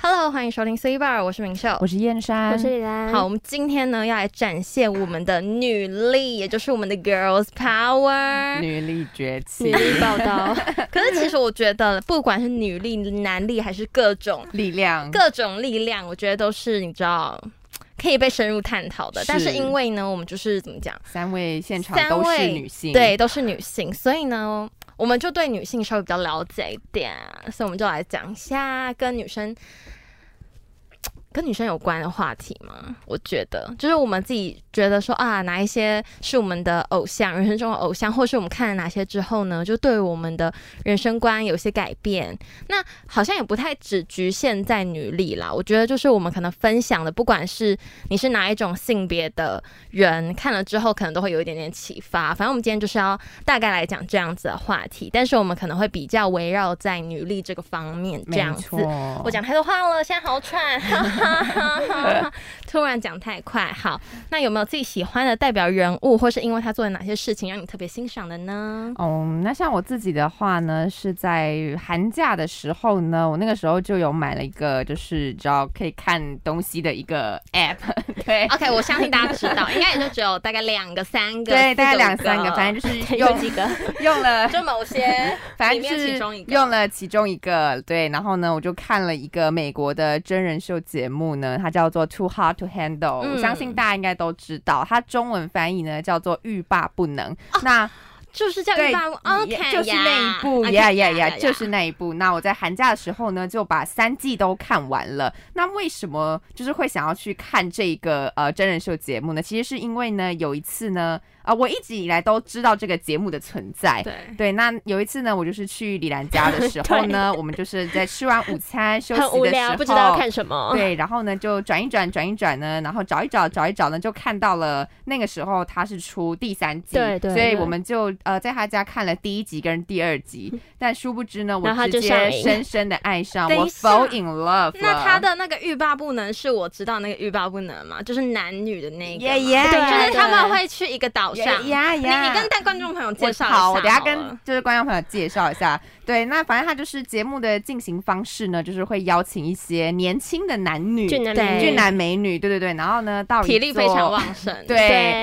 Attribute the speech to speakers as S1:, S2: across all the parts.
S1: Hello，欢迎收听 C Bar，我是明秀，
S2: 我是燕山，
S3: 我是李兰。
S1: 好，我们今天呢要来展现我们的女力，也就是我们的 Girls Power。
S2: 女力崛起
S3: 女，力报道，
S1: 可是其实我觉得，不管是女力、男力，还是各种
S2: 力量
S1: 各种力量，我觉得都是你知道可以被深入探讨的。
S2: 是
S1: 但是因为呢，我们就是怎么讲，
S2: 三位现场
S1: 三
S2: 都是
S1: 位
S2: 女性，
S1: 对，，都是女性，所以呢，我们就对女性稍微比较了解一点，所以我们就来讲一下跟女生。跟女生有关的话题嘛，我觉得就是我们自己觉得说啊，哪一些是我们的偶像，人生中的偶像，或是我们看了哪些之后呢，就对我们的人生观有些改变。那好像也不太只局限在女力啦，我觉得就是我们可能分享的，不管是你是哪一种性别的人，看了之后可能都会有一点点启发。反正我们今天就是要大概来讲这样子的话题，但是我们可能会比较围绕在女力这个方面这
S2: 没
S1: 样子
S2: 错。。
S1: 我讲太多话了，现在好喘，哈哈哈哈哈突然讲太快。好，那有没有自己喜欢的代表人物，或是因为他做了哪些事情让你特别欣赏的呢？
S2: 嗯，那像我自己的话呢，是在寒假的时候呢，我那个时候就有买了一个，就是只要可以看东西的一个 app，对
S1: OK，我相信大家知道，应该也就只有大概两个、三个，
S2: 对，大概
S1: 四
S2: 两三个，反正 就是
S3: 有
S2: 用
S3: 几个？
S2: 用了，
S1: 就某些
S2: 反
S1: 里面
S2: 正就
S1: 其
S2: 是
S1: 中一个
S2: 用了其中一个，对，然后呢，我就看了一个美国的真人秀节目呢，它叫做《Too Hard to Handle》，
S1: 嗯
S2: 我相信大家应该都知道，它中文翻译呢叫做“欲罢不能”
S1: 啊
S2: 那
S1: 就是叫
S2: 对
S1: 欲罢不能，OK，
S2: 就是那一部，呀
S1: 呀
S2: 呀呀，就是那一部。那我在寒假的时候呢，就把三季都看完了。那为什么就是会想要去看这个呃真人秀节目呢？其实是因为呢，有一次呢，啊、我一直以来都知道这个节目的存在。
S1: 对，
S2: 对，那有一次呢，我就是去李兰家的时候呢，我们就是在吃完午餐休息的时候，
S3: 很无聊，不知道要看什么。
S2: 对，然后呢就转一转，转一转呢，然后找一找，找一找呢，就看到了那个时候他是出第三集，
S3: 对对
S2: 所以
S3: 对
S2: 我们就呃在他家看了第一集跟第二 集，但殊不知呢，
S3: 然后
S2: 我
S3: 他
S2: 直
S3: 就上
S2: 接
S3: 瘾
S2: 深深的爱上，
S1: 等
S2: 我
S1: 一下
S2: fall in love
S1: 那他
S2: 了。
S1: 的那个欲罢不能是我知道那个欲罢不能嘛，就是男女的那个嘛
S2: 耶耶，
S3: 对啊
S1: 就是他们会去一个岛上。你
S2: 呀呀，
S1: 你跟带观众朋友介
S2: 我
S1: 绍一下
S2: 好，我等下
S1: 了
S2: 跟就是观众朋友介绍一下。对，那反正他就是节目的进行方式呢，就是会邀请一些年轻的男女
S3: 俊男美女
S2: 俊男美女，对对对，然后呢到一
S1: 体力非
S2: 座
S1: 常旺盛，
S2: 对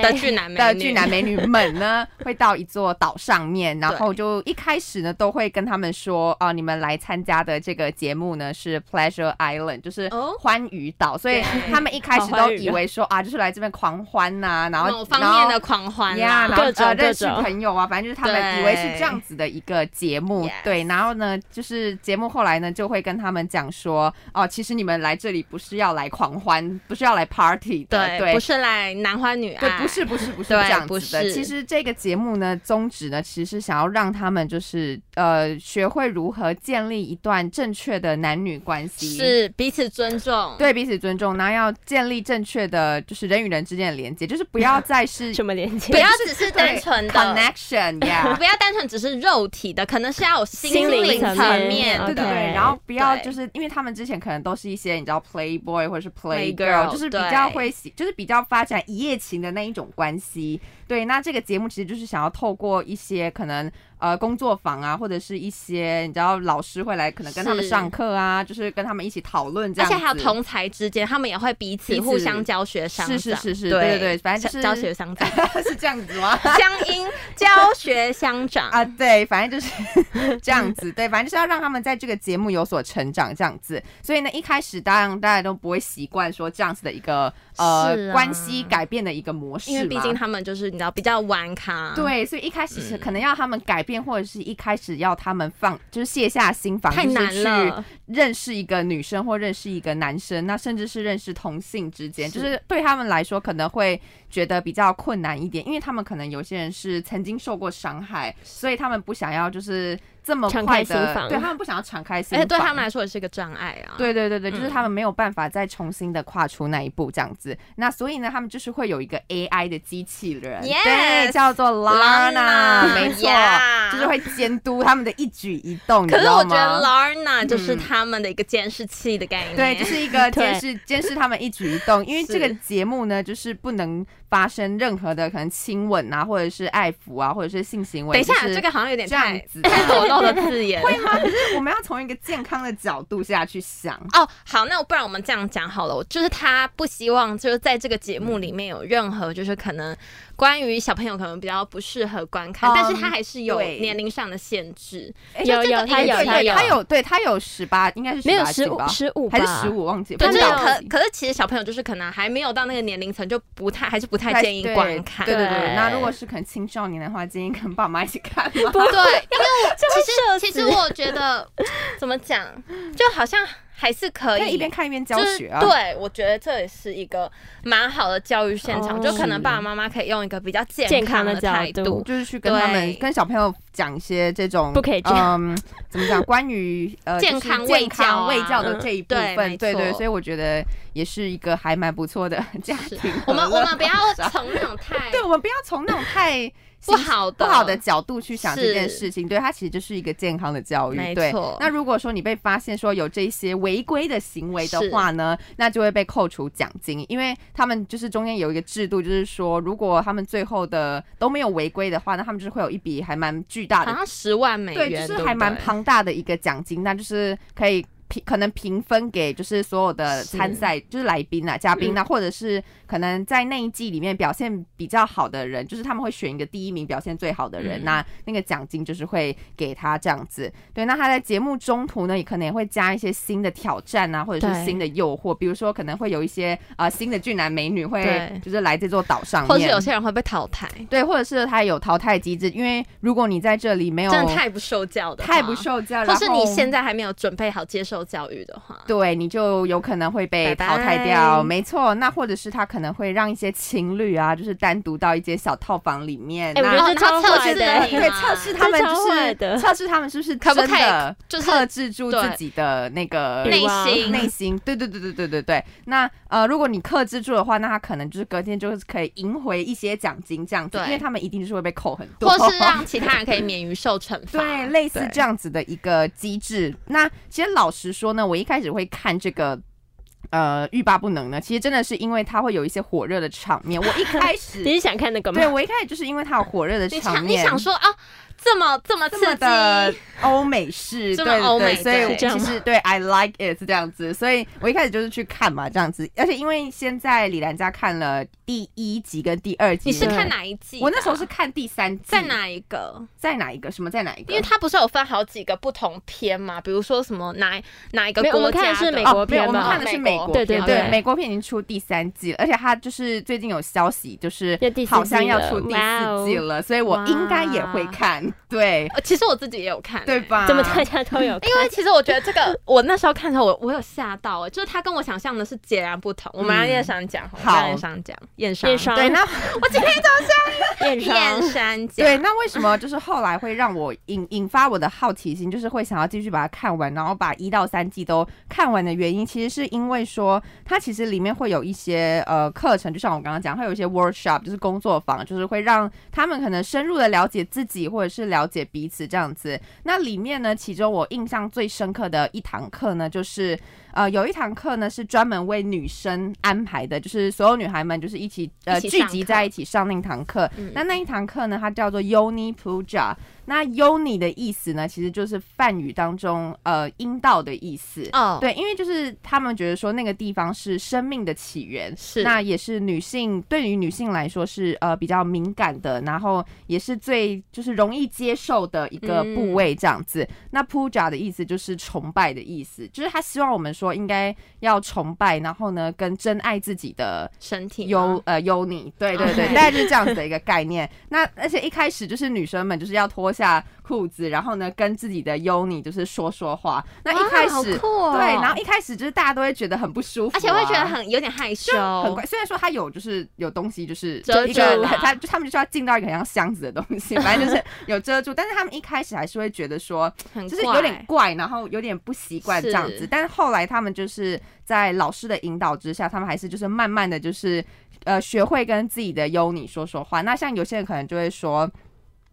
S1: 的巨男美
S2: 的
S1: 女
S2: 俊男美女 们呢，会到一座岛上面，然后就一开始呢，都会跟他们说，哦、你们来参加的这个节目呢是 Pleasure Island，就是
S1: 哦
S2: 欢愉岛，所以
S1: 对
S2: 他们一开始
S3: 好
S2: 都
S3: 欢愉啊
S2: 以为说啊，就是来这边狂欢呐、然后
S1: 某方面的
S2: 然后
S1: 狂欢啊
S2: 呀
S1: 啦，
S2: 然后
S3: 各种
S2: 呃
S3: 各
S2: 认识
S3: 种
S2: 朋友啊，反正就是他
S1: 对
S2: 们以为是这样子的一个节目
S1: Yes，
S2: 对。然后呢，就是节目后来呢就会跟他们讲说，哦、其实你们来这里不是要来狂欢，不是要来 party 的，
S1: 对，不是来男欢女
S2: 对，
S1: 爱，
S2: 不是不是不是
S1: 哎对
S2: 这样
S1: 不
S2: 子的。
S1: 是
S2: 其实这个节目呢，宗旨呢，其实是想要让他们就是呃，学会如何建立一段正确的男女关系，
S1: 是彼此尊重，
S2: 对彼此尊重，然后要建立正确的就是人与人之间的连接，就是不要 再是
S3: 什么连接？
S1: 不要只是单纯的
S2: connection 呀、
S1: 不要单纯只是肉体的，可能是要有
S3: 心灵
S1: 灵
S3: 层
S1: 层
S3: 面
S1: 面，
S2: 对对
S3: OK
S2: 对，然后不要
S1: 对
S2: 就是因为他们之前可能都是一些你知道 playboy 或者是
S1: Playgirl，
S2: playgirl，就是比较会喜，就是比较发展一夜情的那一种关系。对，那这个节目其实就是想要透过一些可能呃工作坊啊，或者是一些你知道老师会来可能跟他们
S1: 是
S2: 上课啊，就是跟他们一起讨论
S1: 而
S2: 这样子。
S1: 且还有同才之间，他们也会彼此
S2: 彼此
S1: 互相教学相长，
S2: 是是是是
S1: 对
S2: 对对对反正就是
S1: 教学相 长，
S2: 是这样子吗？
S1: 相因教学相长。
S2: 啊，对，反正就是 这样子，对，反正就是要让他们在这个节目有所成长，这样子。所以呢，一开始当然大家都不会习惯说这样子的一个
S1: 是
S2: 呃、
S1: 啊
S2: 关系改变的一个模式嘛，
S1: 因为毕竟他们就是你知道比较玩咖，，
S2: 对，所以一开始是可能要他们改变，或者是一开始要他们放，就是卸下心防，
S1: 太
S2: 就是
S1: 难了，
S2: 去认识一个女生或认识一个男生，那甚至是认识同性之间，
S1: 是
S2: 就是对他们来说可能会觉得比较困难一点，因为他们可能有些人是曾经受过伤害，所以他们不想要就是这么
S3: 敞
S2: 快
S3: 开心
S2: 的，
S3: 房
S2: 对他们不想要敞开心
S1: 而
S2: 房，
S1: 且哎对他们来说也是一个障碍啊。，
S2: 对对对对，就是
S1: 嗯
S2: 他们没有办法再重新的跨出那一步这样子。那所以呢，他们就是会有一个 AI 的机器人
S1: Yes！
S2: 对，叫做
S1: Lana，
S2: Lana，没错
S1: yeah
S2: 就是会监督他们的一举一动，你
S1: 可
S2: 知
S1: 是
S2: 道
S1: 我觉
S2: 吗嗯
S1: 得 Lana 就是他、他们的一个监视器的概念。
S2: 对，就是一个
S3: 对
S2: 监视监视他们一举一动，因为
S1: 是
S2: 这个节目呢，就是不能发生任何的可能亲吻啊，或者是爱抚啊，或者是性行为。
S1: 等一下，
S2: 就是
S1: 这个好像有点
S2: 这样
S1: 太
S2: 子
S1: 太 裸露的字眼。
S2: 会吗？可是我们要从一个健康的角度下去想。
S1: 哦，好，那不然我们这样讲好了，就是他不希望就是在这个节目里面有任何就是可能关于小朋友可能比较不适合观看，
S2: 嗯
S1: 但是他还是有
S2: 对
S1: 年龄上的限制。
S2: 诶
S3: 有
S2: 这个
S3: 有他
S2: 也
S3: 有
S2: 对
S3: 他
S2: 对
S3: 有
S2: 他有，对他有十八，应该是
S3: 没有
S2: 18
S3: 十五
S2: 吧
S3: 十五
S2: 还
S3: 吧？
S2: 是十五忘记了，
S1: 对，
S3: 真
S1: 就
S3: 的
S1: 是
S2: 不知道
S1: 可可是其实小朋友就是可能还没有到那个年龄层，就不太还是不太建议
S2: 对
S1: 观看。
S2: 对对对，
S3: 对
S2: 那如果是可能青少年的话，建议跟爸妈一起看嘛。
S1: 对，因为我
S3: 会
S1: 其实其
S3: 射
S1: 实
S3: 死
S1: 我觉得怎么讲，就好像还是可
S2: 可
S1: 以
S2: 以一边看一边教学啊。
S1: 就是、对，我觉得这也是一个蛮好的教育现场，
S3: 哦
S1: 就可能爸爸妈妈可以用一个比较
S3: 健
S1: 康
S3: 康的角
S1: 态
S3: 度
S2: 就是去跟他们
S1: 对
S2: 跟小朋友讲一些这种
S3: 不可以这
S2: 嗯，怎么讲？关于呃
S1: 健
S2: 就是
S1: 康
S2: 健
S1: 卫教
S2: 康
S1: 啊
S2: 卫教的这一部
S1: 对
S2: 分，
S1: 没
S2: 对对，
S1: 错
S2: 所以我觉得也是一个还蛮不错的 家庭和乐。
S1: 我们我们不要 从那种太
S2: 对，我们不要从那种太
S1: 不好
S2: 不
S1: 的
S2: 好的角度去想这件
S1: 是
S2: 事情，对它其实就是一个健康的教育。
S1: 没
S2: 对
S1: 错，
S2: 那如果说你被发现说有这些违规的行为的
S1: 是
S2: 话呢，那就会被扣除奖金，因为他们就是中间有一个制度，就是说如果他们最后的都没有违规的话，那他们就是会有一笔还蛮巨大
S1: 好
S2: 的，
S1: 像十万美
S2: 对，
S1: 元，
S2: 就是
S1: 不
S2: 还蛮庞大的一个奖金，那就是可以。平可能平分给就是所有的
S1: 是嗯
S2: 参赛就是来宾啊嘉宾啊，或者是可能在那一季里面表现比较好的人，就是他们会选一个第一名表现最好的人，
S1: 嗯
S2: 那那个奖金就是会给他这样子。对，那他在节目中途呢，也可能也会加一些新的挑战啊，或者是
S1: 对
S2: 新的诱惑，比如说可能会有一些呃新的俊男美女会
S1: 对
S2: 就是来这座岛上面，
S1: 或者是有些人会被淘汰，
S2: 对，或者是他有淘汰机制，因为如果你在这里没有
S1: 真的太不受教的话，
S2: 太不受教，
S1: 或是
S2: 然后
S1: 你现在还没有准备好接受教育的话，
S2: 对你就有可能会被
S1: 拜拜
S2: 淘汰掉，没错。那或者是他可能会让一些情侣啊，就是单独到一间小套房里面，
S3: 哎我
S1: 哦
S2: 那
S3: 觉得这
S1: 他
S3: 超
S1: 测
S3: 坏
S1: 试
S3: 的
S1: 的你
S2: 对
S1: 嘛
S2: 测试他们
S3: 这超坏
S2: 就
S3: 的
S2: 是测试他们是不是
S1: 可不可以
S2: 真的
S1: 就是
S2: 克制住
S1: 对
S2: 自己的那个
S3: 欲
S1: 内
S3: 望
S1: 心
S2: 内心，对对对对对对对。那呃，如果你克制住的话，那他可能就是隔天就是可以赢回一些奖金这样子，
S1: 对
S2: 因为他们一定是会被扣很多，
S1: 或是让其他人可以免于受惩罚。
S2: 对，类似
S1: 对
S2: 这样子的一个机制。那其实老实说呢，我一开始会看这个。呃，欲罢不能呢，其实真的是因为它会有一些火热的场 面。我一开
S3: 你
S2: 始，
S3: 是想看那个吗
S2: 对？我一开始就是因为它有火热的
S1: 你
S2: 场
S1: 想你
S2: 面，
S1: 想说啊，这么这么
S2: 这
S1: 刺
S2: 么的
S1: 激，
S2: 欧美式，对
S1: 这么欧
S2: 对
S1: 美
S2: 对，所以
S1: 对
S2: 我
S3: 这样
S2: 其
S3: 吗
S2: 实对 I like it 这样子，所以我一开始就是去看嘛，这样子。而且因为现在李兰家看了第一集跟第二集，
S1: 你是
S2: 对
S1: 看哪一季的啊？
S2: 我那时候是看第三季，
S1: 在哪一个？
S2: 在哪一个什么在哪一个？
S1: 因为它不是有分好几个不同篇嘛，比如说什么哪哪一个
S3: 没有我
S1: 国
S3: 们
S1: 家的
S3: 看的是美
S2: 哦，
S3: 国
S2: 没有
S3: 片
S2: 我们
S3: 吧
S2: 看的是美
S1: 美
S2: 国
S1: 国
S2: 片，
S3: 片
S2: 对
S3: 对
S2: 美国片已经出第三季了，而且它就是最近有消息，就是
S3: 要第四季
S2: 好像要出第
S3: 了
S2: 四季了，所以我应该也会看，对
S1: 呃其实我自己也有看、欸
S2: 对？吧？
S3: 怎哦么大家 都有看？
S1: 因为其实我觉得这个，我那时候看的时候我，我有吓到、欸，就是它跟我想象的是截然不同。我们让燕山讲，我们
S2: 嗯好
S1: 让燕山讲，燕山，
S3: 燕，商
S2: 对，那
S3: 燕
S1: 燕
S3: 商，
S1: 山讲，
S2: 对，那为什么就是后来会让我引引发我的好奇心，就是会想要继续把它看完，然后把一到三季都看完的原因，其实是因为说它其实里面会有一些呃课程，就像我刚刚讲，会有一
S3: 嗯
S2: 些 workshop，就是工作坊，就是会让他们可能深入的了解自己或者是了解彼此这样子。那里面呢，其中我印象最深刻的一堂课呢，就是呃有一堂课呢是专门为女生安排的，就是所有女孩们就是一起呃
S1: 一起
S2: 聚
S1: 上
S2: 集
S1: 课
S2: 在一起上那堂课。
S1: 嗯
S2: 那那一堂课呢，它叫做 Yoni Puja。那 Yoni 的意思呢，其实就是梵语当中呃阴道的意思。
S1: 哦，
S2: 对，因为就是他们觉得说那个地方是生命的起源，
S1: 是
S2: 那也是女性对于女性来说是呃比较敏感的，然后也是最就是容易接受的一
S1: 嗯
S2: 个部位这样子。那 puja 的意思就是崇拜的意思，就是他希望我们说应该要崇拜，然后呢跟珍爱自己的
S1: 身体
S2: 有
S1: 吗
S2: 呃有你，对对对，
S1: OK
S2: 大概就是这样子的一个概念。那而且一开始就是女生们就是要脱下裤子，然后呢跟自己的优你就是说说话。那一开
S1: 啊好
S2: 始、
S1: 酷哦
S2: 对，然后一开始就是大家都会觉得很不舒服
S1: 而
S2: 啊、
S1: 且会觉得很有点害羞，
S2: 就很怪。虽然说它有就是有东西就是
S1: 遮
S2: 一
S1: 住
S2: 个
S1: 啦
S2: 它就他们就是要进到一个很像箱子的东 西，反正就是有遮住，但是他们一开始还是会觉得说
S1: 很
S2: 就是
S1: 怪
S2: 有点怪，然后有点不习惯这样子
S1: 是。
S2: 但是后来他们就是在老师的引导之下，他们还是就是慢慢的就是呃学会跟自己的优你说说话。那像有些人可能就会说。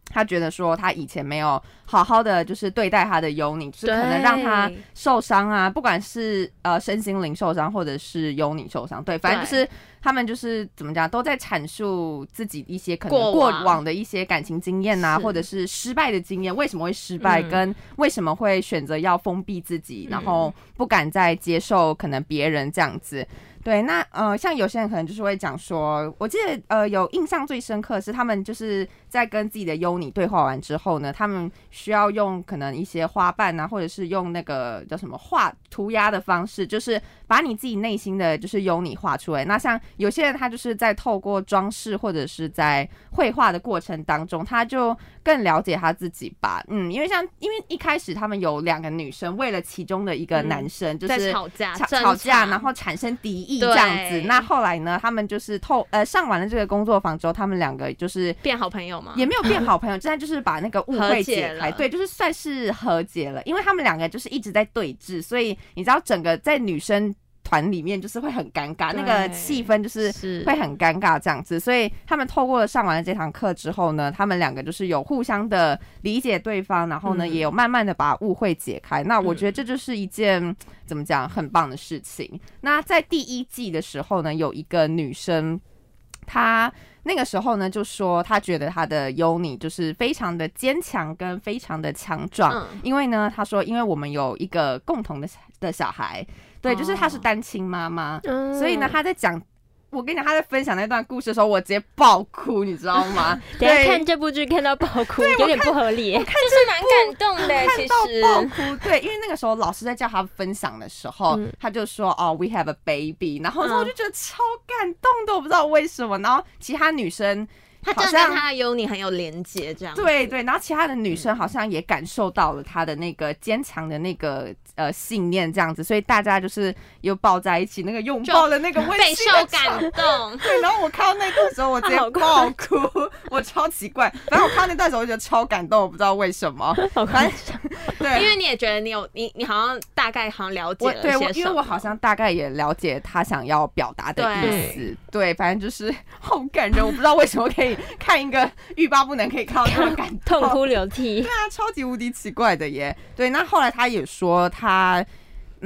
S2: 他觉得说他以前没有好好的就是对待他的尤尼，就是可能让他
S1: 对
S2: 受伤啊，不管是呃身心灵受伤，或者是尤尼受伤，对，反正就是他们就是怎么讲，都在阐述自己一些可能
S1: 过
S2: 过
S1: 往
S2: 往的一些感情经验呐、
S1: 是
S2: 或者是失败的经验，为什么会失败，
S1: 嗯
S2: 跟为什么会选择要封闭自己，
S1: 嗯
S2: 然后不敢再接受可能别人这样子。对，那呃，像有些人可能就是会讲说，我记得呃有印象最深刻的是他们就是在跟自己的优尼对话完之后呢，他们需要用可能一些花瓣啊，或者是用那个叫什么画涂鸦的方式，就是把你自己内心的就是优你画出来。那像有些人他就是在透过装饰或者是在绘画的过程当中，他就更了解他自己吧。嗯，因为像因为一开始他们有两个女生为了其中的一个
S1: 嗯
S2: 男生、就
S1: 在
S2: 是
S1: 吵架，
S2: 吵
S1: 争
S2: 吵架，
S1: 吵
S2: 然后产生敌意
S1: 对
S2: 这样子。那后来呢，他们就是透呃上完了这个工作坊之后，他们两个就是
S1: 变好朋友吗？
S2: 也没有变好朋友，现在就是把那个误会解
S1: 和解
S2: 开，
S1: 了
S2: 对，就是算是和解了，因为他们两个就是一直在对峙，所以你知道整个在女生团里面就是会很尴尬，
S1: 对
S2: 那个气氛就是
S1: 是
S2: 会很尴尬这样子，所以他们透过了上完了这堂课之后呢，他们两个就是有互相的理解对方，然后呢、
S1: 嗯
S2: 也有慢慢的把误会解开。那我觉得这就是一件怎么讲很棒的事情。那在第一季的时候呢，有一个女生，她那个时候呢就说她觉得她的优尼就是非常的坚强跟非常的强壮，
S1: 嗯
S2: 因为呢她说因为我们有一个共同的的小孩，对，就是她是
S1: 哦
S2: 单亲妈妈，
S3: 嗯
S2: 所以呢，，他在讲，我跟你讲，他在分享那段故事的时候，我直接爆哭，你知道吗？
S3: 等一
S2: 对
S3: 下看这部剧看到爆哭，有点不合理。
S1: 就是蛮感动的，欸其
S2: 看到爆
S1: 实
S2: 哭，对，因为那个时候老师在叫他分享的时候，
S3: 嗯
S2: 他就说哦，we have a baby，然后
S3: 嗯
S2: 我就觉得超感动的，我不知道为什么。然后其他女
S3: 嗯
S2: 生
S1: 他
S2: 好
S1: 真的
S2: 像
S1: 跟他的优你很有连接，这样
S2: 对对，然后其他的女生好像也感受到了他的那个坚强的那个呃信念，这样子，所以大家就是又抱在一起，那个拥
S1: 就
S2: 抱的那个温
S1: 备
S2: 馨
S1: 受
S2: 的场
S1: 感动。
S2: 对，然后我看到那段的时候，我直接
S3: 好怪
S2: 爆哭，我超奇怪。反正我看到那段的时候，我就觉得超感动，我不知道为什么。
S3: 好
S2: 反
S3: 看，
S2: 正
S1: 因
S2: 对，
S1: 为你也觉得你有你你好像大概好像了解
S2: 我
S1: 了
S2: 对我
S1: 些，
S2: 因
S1: 什
S2: 为
S1: 么，
S2: 我好像大概也了解他想要表达的意
S1: 对
S2: 思。对，反正就是 好感人，我不知道为什么可以看一个欲罢不能，可以看到这么感动。
S3: 痛哭流涕
S2: 对。啊，超级无敌奇怪的耶。对，那后来他也说他，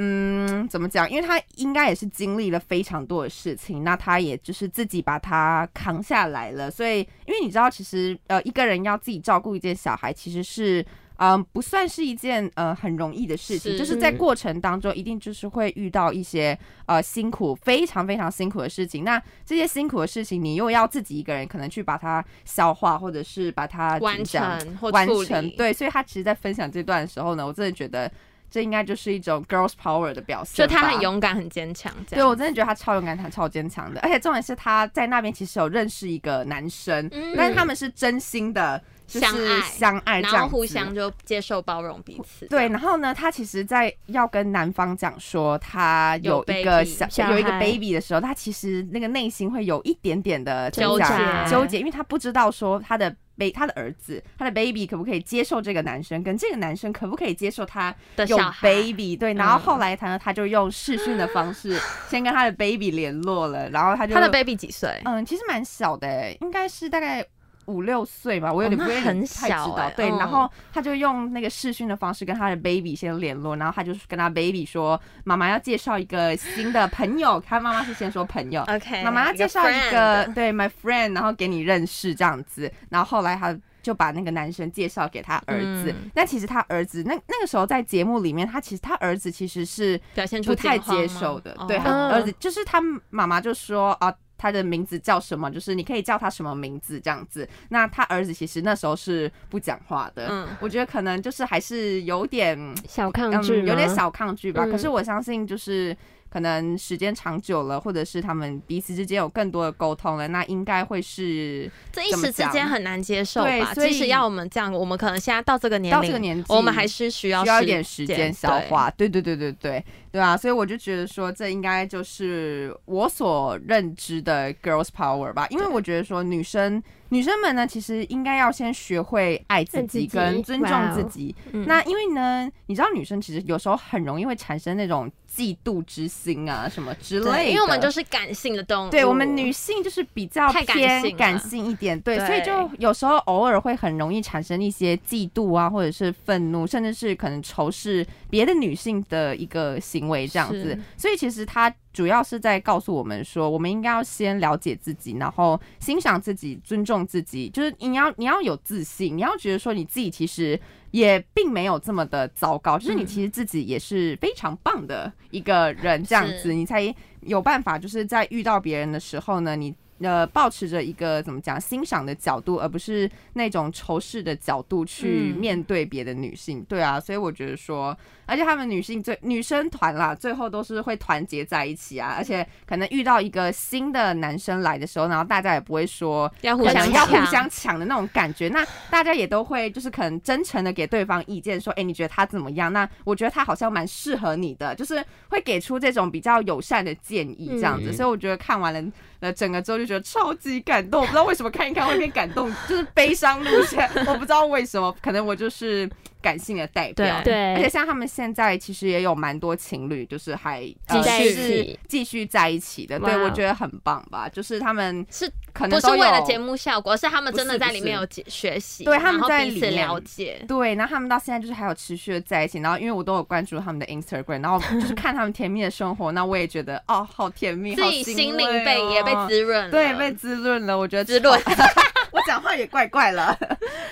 S2: 嗯，怎么讲？因为他应该也是经历了非常多的事情，那他也就是自己把它扛下来了。所以，因为你知道，其实呃，一个人要自己照顾一件小孩，其实是。嗯，不算是一件呃很容易的事情，
S1: 是
S2: 就是在过程当中一定就是会遇到一些呃辛苦，非常非常辛苦的事情。那这些辛苦的事情，你又要自己一个人可能去把它消化，或者是把它怎么
S1: 完
S2: 讲
S1: 成或
S2: 完
S1: 处
S2: 成
S1: 理，，
S2: 对，所以他其实，在分享这段的时候呢，我真的觉得这应该就是一种 girls power 的表
S1: 就
S2: 现吧，
S1: 他很勇敢、很坚强，这
S2: 对
S1: 样
S2: 我真的觉得他超勇敢，他超坚强的，而且重点是他在那边其实有认识一个男生，
S1: 嗯
S2: 但是他们是真心的，就是
S1: 相爱
S2: 相爱这
S1: 然
S2: 样
S1: 后互
S2: 子
S1: 相就接受包容彼此，
S2: 对，然后呢，他其实，在要跟男方讲说他有
S1: 有
S2: 一个
S1: baby，
S2: 小
S3: 小
S2: 有一个
S3: 孩
S2: baby 的时候，他其实那个内心会有一点点的怎么
S1: 纠
S2: 讲
S1: 结
S2: 纠结，因为他不知道说他的 baby 他的儿子，他的 baby 可不可以接受这个男生，跟这个男生可不可以接受他
S1: 的
S2: 有
S1: 小孩嗯
S2: baby？对，然后后来他呢，他就用视讯的方式先跟他的 baby 联络了，然后他就
S1: 他的 baby 几岁？
S2: 嗯，其实蛮小的欸，应该是大概五六岁吧，我有
S1: 哦
S2: 点
S1: 那
S2: 不有点
S1: 很
S2: 太知
S1: 小
S2: 道
S1: 欸。
S2: 对，然
S1: 嗯
S2: 后他就用那个视讯的方式跟他的 baby 先联络，然后他就是跟他 baby 说，妈妈要介绍一个新的朋友，他妈妈是先说朋友。
S1: OK，
S2: 呃妈妈要介绍一个对 my friend，然后给你认识这样子，然后后来他就把那个男生介绍给他儿子
S1: 嗯。
S2: 那、其实他儿子那那个时候在节目里面，他其实他儿子其实是
S1: 表现出
S2: 不太
S1: 惊慌吗
S2: 接受的
S1: 哦，
S2: 对，他
S3: 嗯
S2: 儿子就是他妈妈就说啊。他的名字叫什么？就是你可以叫他什么名字这样子。那他儿子其实那时候是不讲话的，
S1: 嗯
S2: 我觉得可能就是还是有点
S3: 小抗
S2: 嗯
S3: 拒，
S2: 有点。小抗拒吧。
S3: 嗯
S2: 可是我相信，就是可能时间长久了，或者是他们彼此之间有更多的沟通了，那应该会是
S1: 这一
S2: 怎么
S1: 时之
S2: 讲
S1: 间很难接受
S2: 对
S1: 吧？
S2: 所以
S1: 即使要我们这样，我们可能现在到这个年
S2: 到
S1: 龄，
S2: 这个年纪，
S1: 我们还是需要
S2: 需要一点时间消
S1: 对
S2: 化。对对对对对对对啊，所以我就觉得说，这应该就是我所认知的 girls power 吧，因为我觉得说女生女生们呢，其实应该要先学会爱自
S3: 爱自
S2: 己
S3: 己
S2: 跟尊重自己。
S3: 嗯
S2: 那因为呢，你知道女生其实有时候很容易会产生那种嫉妒之心啊什么之类的，
S1: 对，因为我们就是感性的动物，
S2: 对我们女性就是比较
S1: 太感性
S2: 偏
S1: 了
S2: 感性一点，对，
S1: 对
S2: 所以就有时候偶尔会很容易产生一些嫉妒啊，或者是愤怒，甚至是可能仇视别的女性的一个行为这样子
S1: 是。
S2: 所以其实它主要是在告诉我们说，我们应该要先了解自己，然后欣赏自己，尊重自己，就是你要你要有自信，你要觉得说你自己其实。也并没有这么的糟
S1: 嗯
S2: 糕，就是你其实自己也是非常棒的一个人，这样子，
S1: 是
S2: 你才有办法，就是在遇到别人的时候呢，你呃保持着一个怎么讲欣赏的角度，而不是那种仇视的角度去
S1: 嗯
S2: 面对别的女性。对啊，所以我觉得说，而且他们女性最女生团啦，最后都是会团结在一起啊，而且可能遇到一个新的男生来的时候，然后大家也不会说
S1: 要互
S2: 可
S1: 相
S2: 能要互
S1: 抢
S2: 相抢的那种感觉。那大家也都会就是可能真诚的给对方意见，说，哎、你觉得他怎么样？那我觉得他好像蛮适合你的，就是会给出这种比较友善的建议这样子。
S3: 嗯
S2: 所以我觉得看完了呃整个之后就觉得超级感动，我不知道为什么看一看会变感动，就是悲伤路线，我不知道为什么，可能我就是感性的代表。
S1: 对
S3: 对，
S2: 而且像他们现在其实也有蛮多情侣，就是还
S3: 继续在一
S2: 是
S3: 起
S2: 继续在一起的，对
S3: 哇
S2: 我觉得很棒吧。就是他们
S1: 哦是
S2: 可能
S1: 不是
S2: 都
S1: 为了
S2: 有
S1: 节目效果，而是他们真
S2: 不是
S1: 的
S2: 不
S1: 在里面
S2: 是
S1: 有解学习，
S2: 对他们
S1: 然后
S2: 在
S1: 彼
S2: 里
S1: 此
S2: 面
S1: 了解，
S2: 对，然后他们到现在就是还有持续的在一起，然后因为我都有关注他们的 Instagram，然后 就是看他们甜蜜的生活，那我也觉得哦，好甜蜜，
S1: 自
S2: 好
S1: 己
S2: 欣
S1: 心
S2: 慰
S1: 灵被
S2: 哦
S1: 也被滋润了，
S2: 对被滋润了，我觉得
S1: 滋润
S2: 超， 我讲话也怪怪了，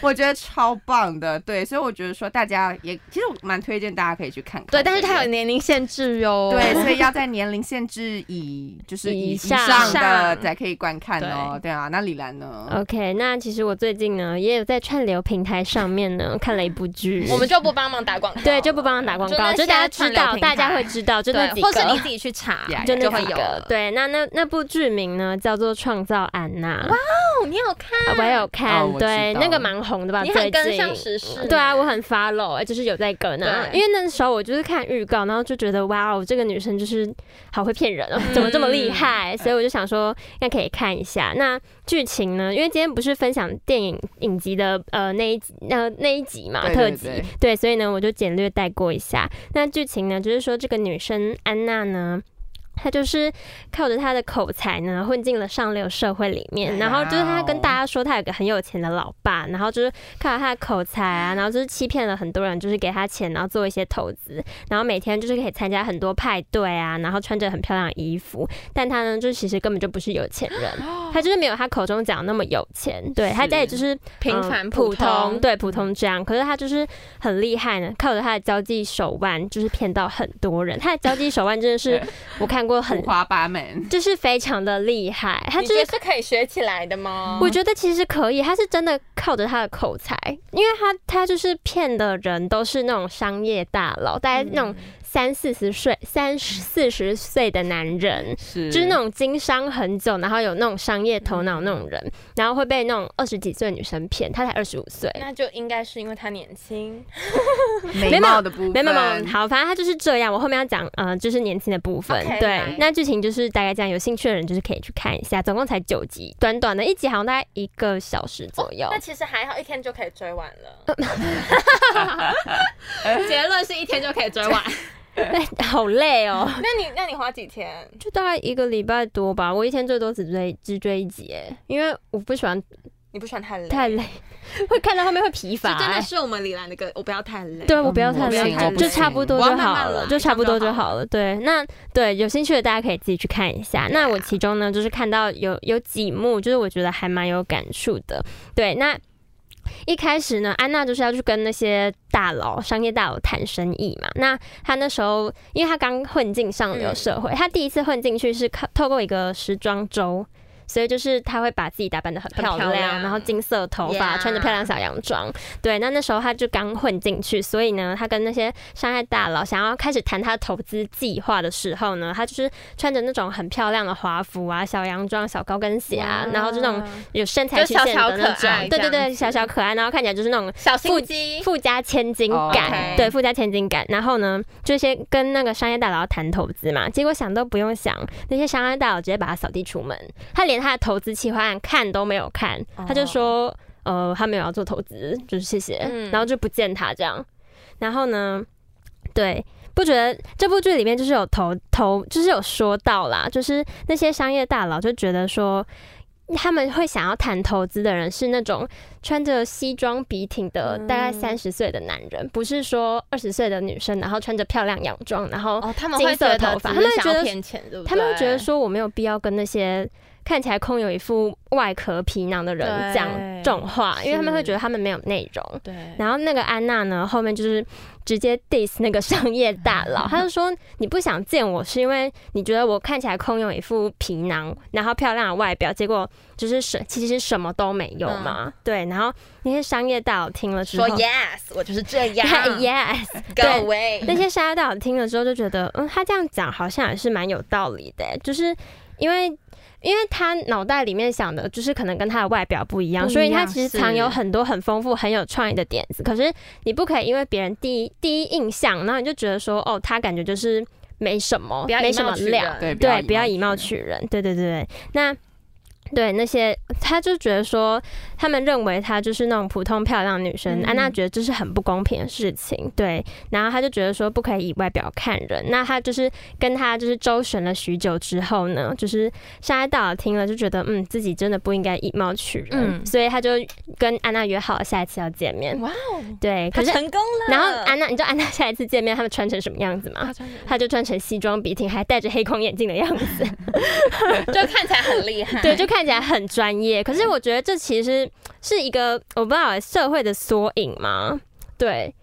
S2: 我觉得超棒的，对，所以我觉得说大家也其实我蛮推荐大家可以去看看的，
S1: 对，但是它有年龄限制哟，
S2: 对，所 以要在年龄限制以就是以
S3: 以
S2: 以
S3: 上
S2: 上的
S1: 上呃
S2: 才可以观看哦，对啊，那李兰呢？
S3: OK，那其实我最近呢，也有在串流平台上面呢看了一部 剧，
S1: 我们就不帮忙打广告，
S3: 对就不帮他打广告，
S1: 就那
S3: 就大家
S1: 些串
S3: 知
S1: 流
S3: 道，
S1: 平
S3: 大家
S1: 台
S3: 会知道，就那几
S1: 对，或是你
S3: 个，
S1: 自己去查
S2: 呀呀，
S3: 就
S1: 就
S3: 那
S1: 会
S3: 几
S1: 有
S3: 个
S1: 了。。
S3: 对，那那那部剧名呢叫做《创造安娜》，啊
S1: 哦，你有看？
S3: 我也有
S2: 哦
S3: 看
S2: 我，
S3: 对，
S2: 知道
S3: 那个蛮红的
S2: 啊
S3: 吧？
S1: 你
S3: 最
S1: 很跟
S3: 近
S1: 上时事。欸
S3: 对啊，我很 follow，哎就是有在跟啊，
S1: 对
S3: 因为那时候我就是看预告，然后就觉得哇哦，这个女生就是好会骗人哦，
S2: 嗯
S3: 怎么这么厉害？所以我就想说，应该可以看一下。那剧情呢？因为今天不是分享电影影集的呃那一集呃那一集嘛
S2: 对
S3: 特
S2: 对
S3: 辑
S2: 对，
S3: 对，所以呢我就简略带过一下。那剧情呢，就是说这个女生安娜呢。她就是靠着她的口才呢，混进了上流社会里面。然后就是她跟大家说，她有个很有钱的老爸，然后就是靠着她的口才啊，然后就是欺骗了很多人，就是给她钱，然后做一些投资，然后每天就是可以参加很多派对啊，然后穿着很漂亮的衣服。但她呢，就其实根本就不是有钱人，她就是没有她口中讲的那么有钱。对，她家里就是
S1: 平
S3: 嗯
S1: 凡
S3: 普
S1: 通，嗯
S3: 对普通这样。可是他就是很厉害呢，靠着他的交际手腕，就是骗到很多人。他的交际手腕真的是 我看过很
S2: 五，花八门，
S3: 就是非常的厉害。他
S1: 你
S3: 就
S1: 觉
S3: 是
S1: 得嗯是可以学起来的吗？
S3: 我觉得其实可以，他是真的靠着他的口才，因为他他就是骗的人都是那种商业大佬，大概
S1: 嗯
S3: 那种三四十岁、三十四十岁的男人，
S2: 是
S3: 就是那种经商很久，然后有那种商业头脑那种人，然后会被那种二十几岁的女生骗，他才二十五岁，
S1: 那就应该是因为他年轻，
S2: 眉毛的部分，
S3: 没有没有没有，好，反正他就是这样。我后面要讲，呃，就是年轻的部分。
S1: OK，来
S3: 对，那剧情就是大概这样，有兴趣的人就是可以去看一下，总共才九集，短短的一集好像大概一个小时左右。
S2: 哦
S1: 那其实还好，一天就可以追完 了。结论是一天就可以追完。
S3: 哎 好累哦，
S1: 那你那你花几天？
S3: 就大概一个礼拜多吧。我一天最多只追只追一集，哎因为我不喜欢
S1: 你不喜欢太累？
S3: 太累，会看到后面会疲乏。
S1: 这真
S3: 哎
S1: 的是我们李兰的歌，我不要太累。
S3: 对，我不要
S1: 嗯
S3: 太
S1: 我不
S3: 累
S1: 行我，不
S3: 就
S1: 行
S3: 差不多
S1: 我要
S3: 就
S1: 慢慢
S3: 好了，
S1: 来
S3: 就差不多
S1: 这
S3: 就
S1: 样就好
S3: 好了。对，那对有兴趣的大家可以自己去看一下。那我其中呢，就是看到有有几幕，就是我觉得还蛮有感触的。对，那。一开始呢，安娜就是要去跟那些大佬、商业大佬谈生意嘛。那她那时候，
S1: 嗯
S3: 因为她刚混进上流社会，她第一次混进去是靠透过一个时装周，所以就是她会把自己打扮的很漂亮，
S1: 很漂亮
S3: 然后金色头发
S1: Yeah
S3: 穿着漂亮小洋装。对，那那时候她就刚混进去，所以呢，她跟那些商业大佬想要开始谈她的投资计划的时候呢，她就是穿着那种很漂亮的华服啊、小洋装、小高跟鞋啊，然后就那种有身材曲线的
S1: 就
S3: 那
S1: 小小可爱
S3: 种，对对
S1: 这样
S3: 对，小小可爱，然后看起来就是那种
S1: 小
S3: 腹
S1: 心机，
S3: 富家千金
S2: 哦
S3: 感
S1: OK
S3: 对，富家千金感。然后呢，就先跟那个商业大佬谈投资嘛，结果想都不用想，那些商业大佬直接把他扫地出门，他连他的投资企划案看都没有看，
S1: 哦
S3: 他就说，呃，他没有要做投资，就是谢谢，
S1: 嗯
S3: 然后就不见他这样。然后呢，对。不觉得这部剧里面就是有投投，就是有说到啦，就是那些商业大佬就觉得说，他们会想要谈投资的人是那种穿着西装笔挺的
S1: 嗯
S3: 大概三十岁的男人，不是说二十岁的女生，然后穿着漂亮洋装，然后
S1: 哦，他们
S3: 金
S1: 会
S3: 色
S1: 觉得
S3: 头发
S1: 只
S3: 他们
S1: 是
S3: 会
S1: 想
S3: 觉
S1: 要
S3: 得
S1: 骗钱，对不对？
S3: 他们会觉得说我没有必要跟那些看起来空有一副外壳皮囊的人
S1: 对
S3: 讲这种话，因为他们会
S1: 是
S3: 觉得他们没有内容。
S1: 对，
S3: 然后那个安娜呢，后面就是直接 diss 那个商业大佬，他 就说你不想见我是因为你觉得我看起来空有一副皮囊，然后漂亮的外表，结果就是什其实什么都没有嘛。对，然后那些商业大佬听了之
S1: 嗯
S3: 后
S1: 说 yes，我就是这样
S3: ，yes，
S1: ，go
S3: 对
S1: away，
S3: 那些商业大佬听了之后就觉得，嗯，他这样讲好像也是蛮有道理的，欸就是因为。因为他脑袋里面想的，就是可能跟他的外表不一样，
S1: 不一样
S3: 所以他其实
S1: 是
S3: 藏有很多很丰富、很有创意的点子。可是你不可以因为别人第一第一印象，然后你就觉得说，哦，他感觉就是没什么，
S1: 不要
S3: 没
S1: 以
S3: 什
S1: 貌
S3: 么
S1: 取
S3: 料，
S1: 人
S2: 对
S3: 对，不要以
S2: 以
S3: 貌取人。对对对对，那对那些，他就觉得说，他们认为她就是那种普通漂亮女生，
S1: 嗯
S3: 安娜觉得这是很不公平的事情。对，然后他就觉得说，不可以以外表看人。那他就是跟他就是周旋了许久之后呢，就是沙耶大佬听了就觉得，嗯，自己真的不应该以貌取人，
S1: 嗯
S3: 所以他就跟安娜约好了下一次要见面。
S1: 哇哦，
S3: 对，可
S1: 他
S3: 是
S1: 成功了，
S3: 然后安娜，你知道安娜下一次见面他们穿成什么样子吗？
S1: 啊真的
S3: 他就穿成西装笔挺，还戴着黑框眼镜的样子，
S1: 就看起来很厉害，
S3: 对，就看起来很专业。可是我觉得这其实是一个我不知道欸社会的缩影嘛，对，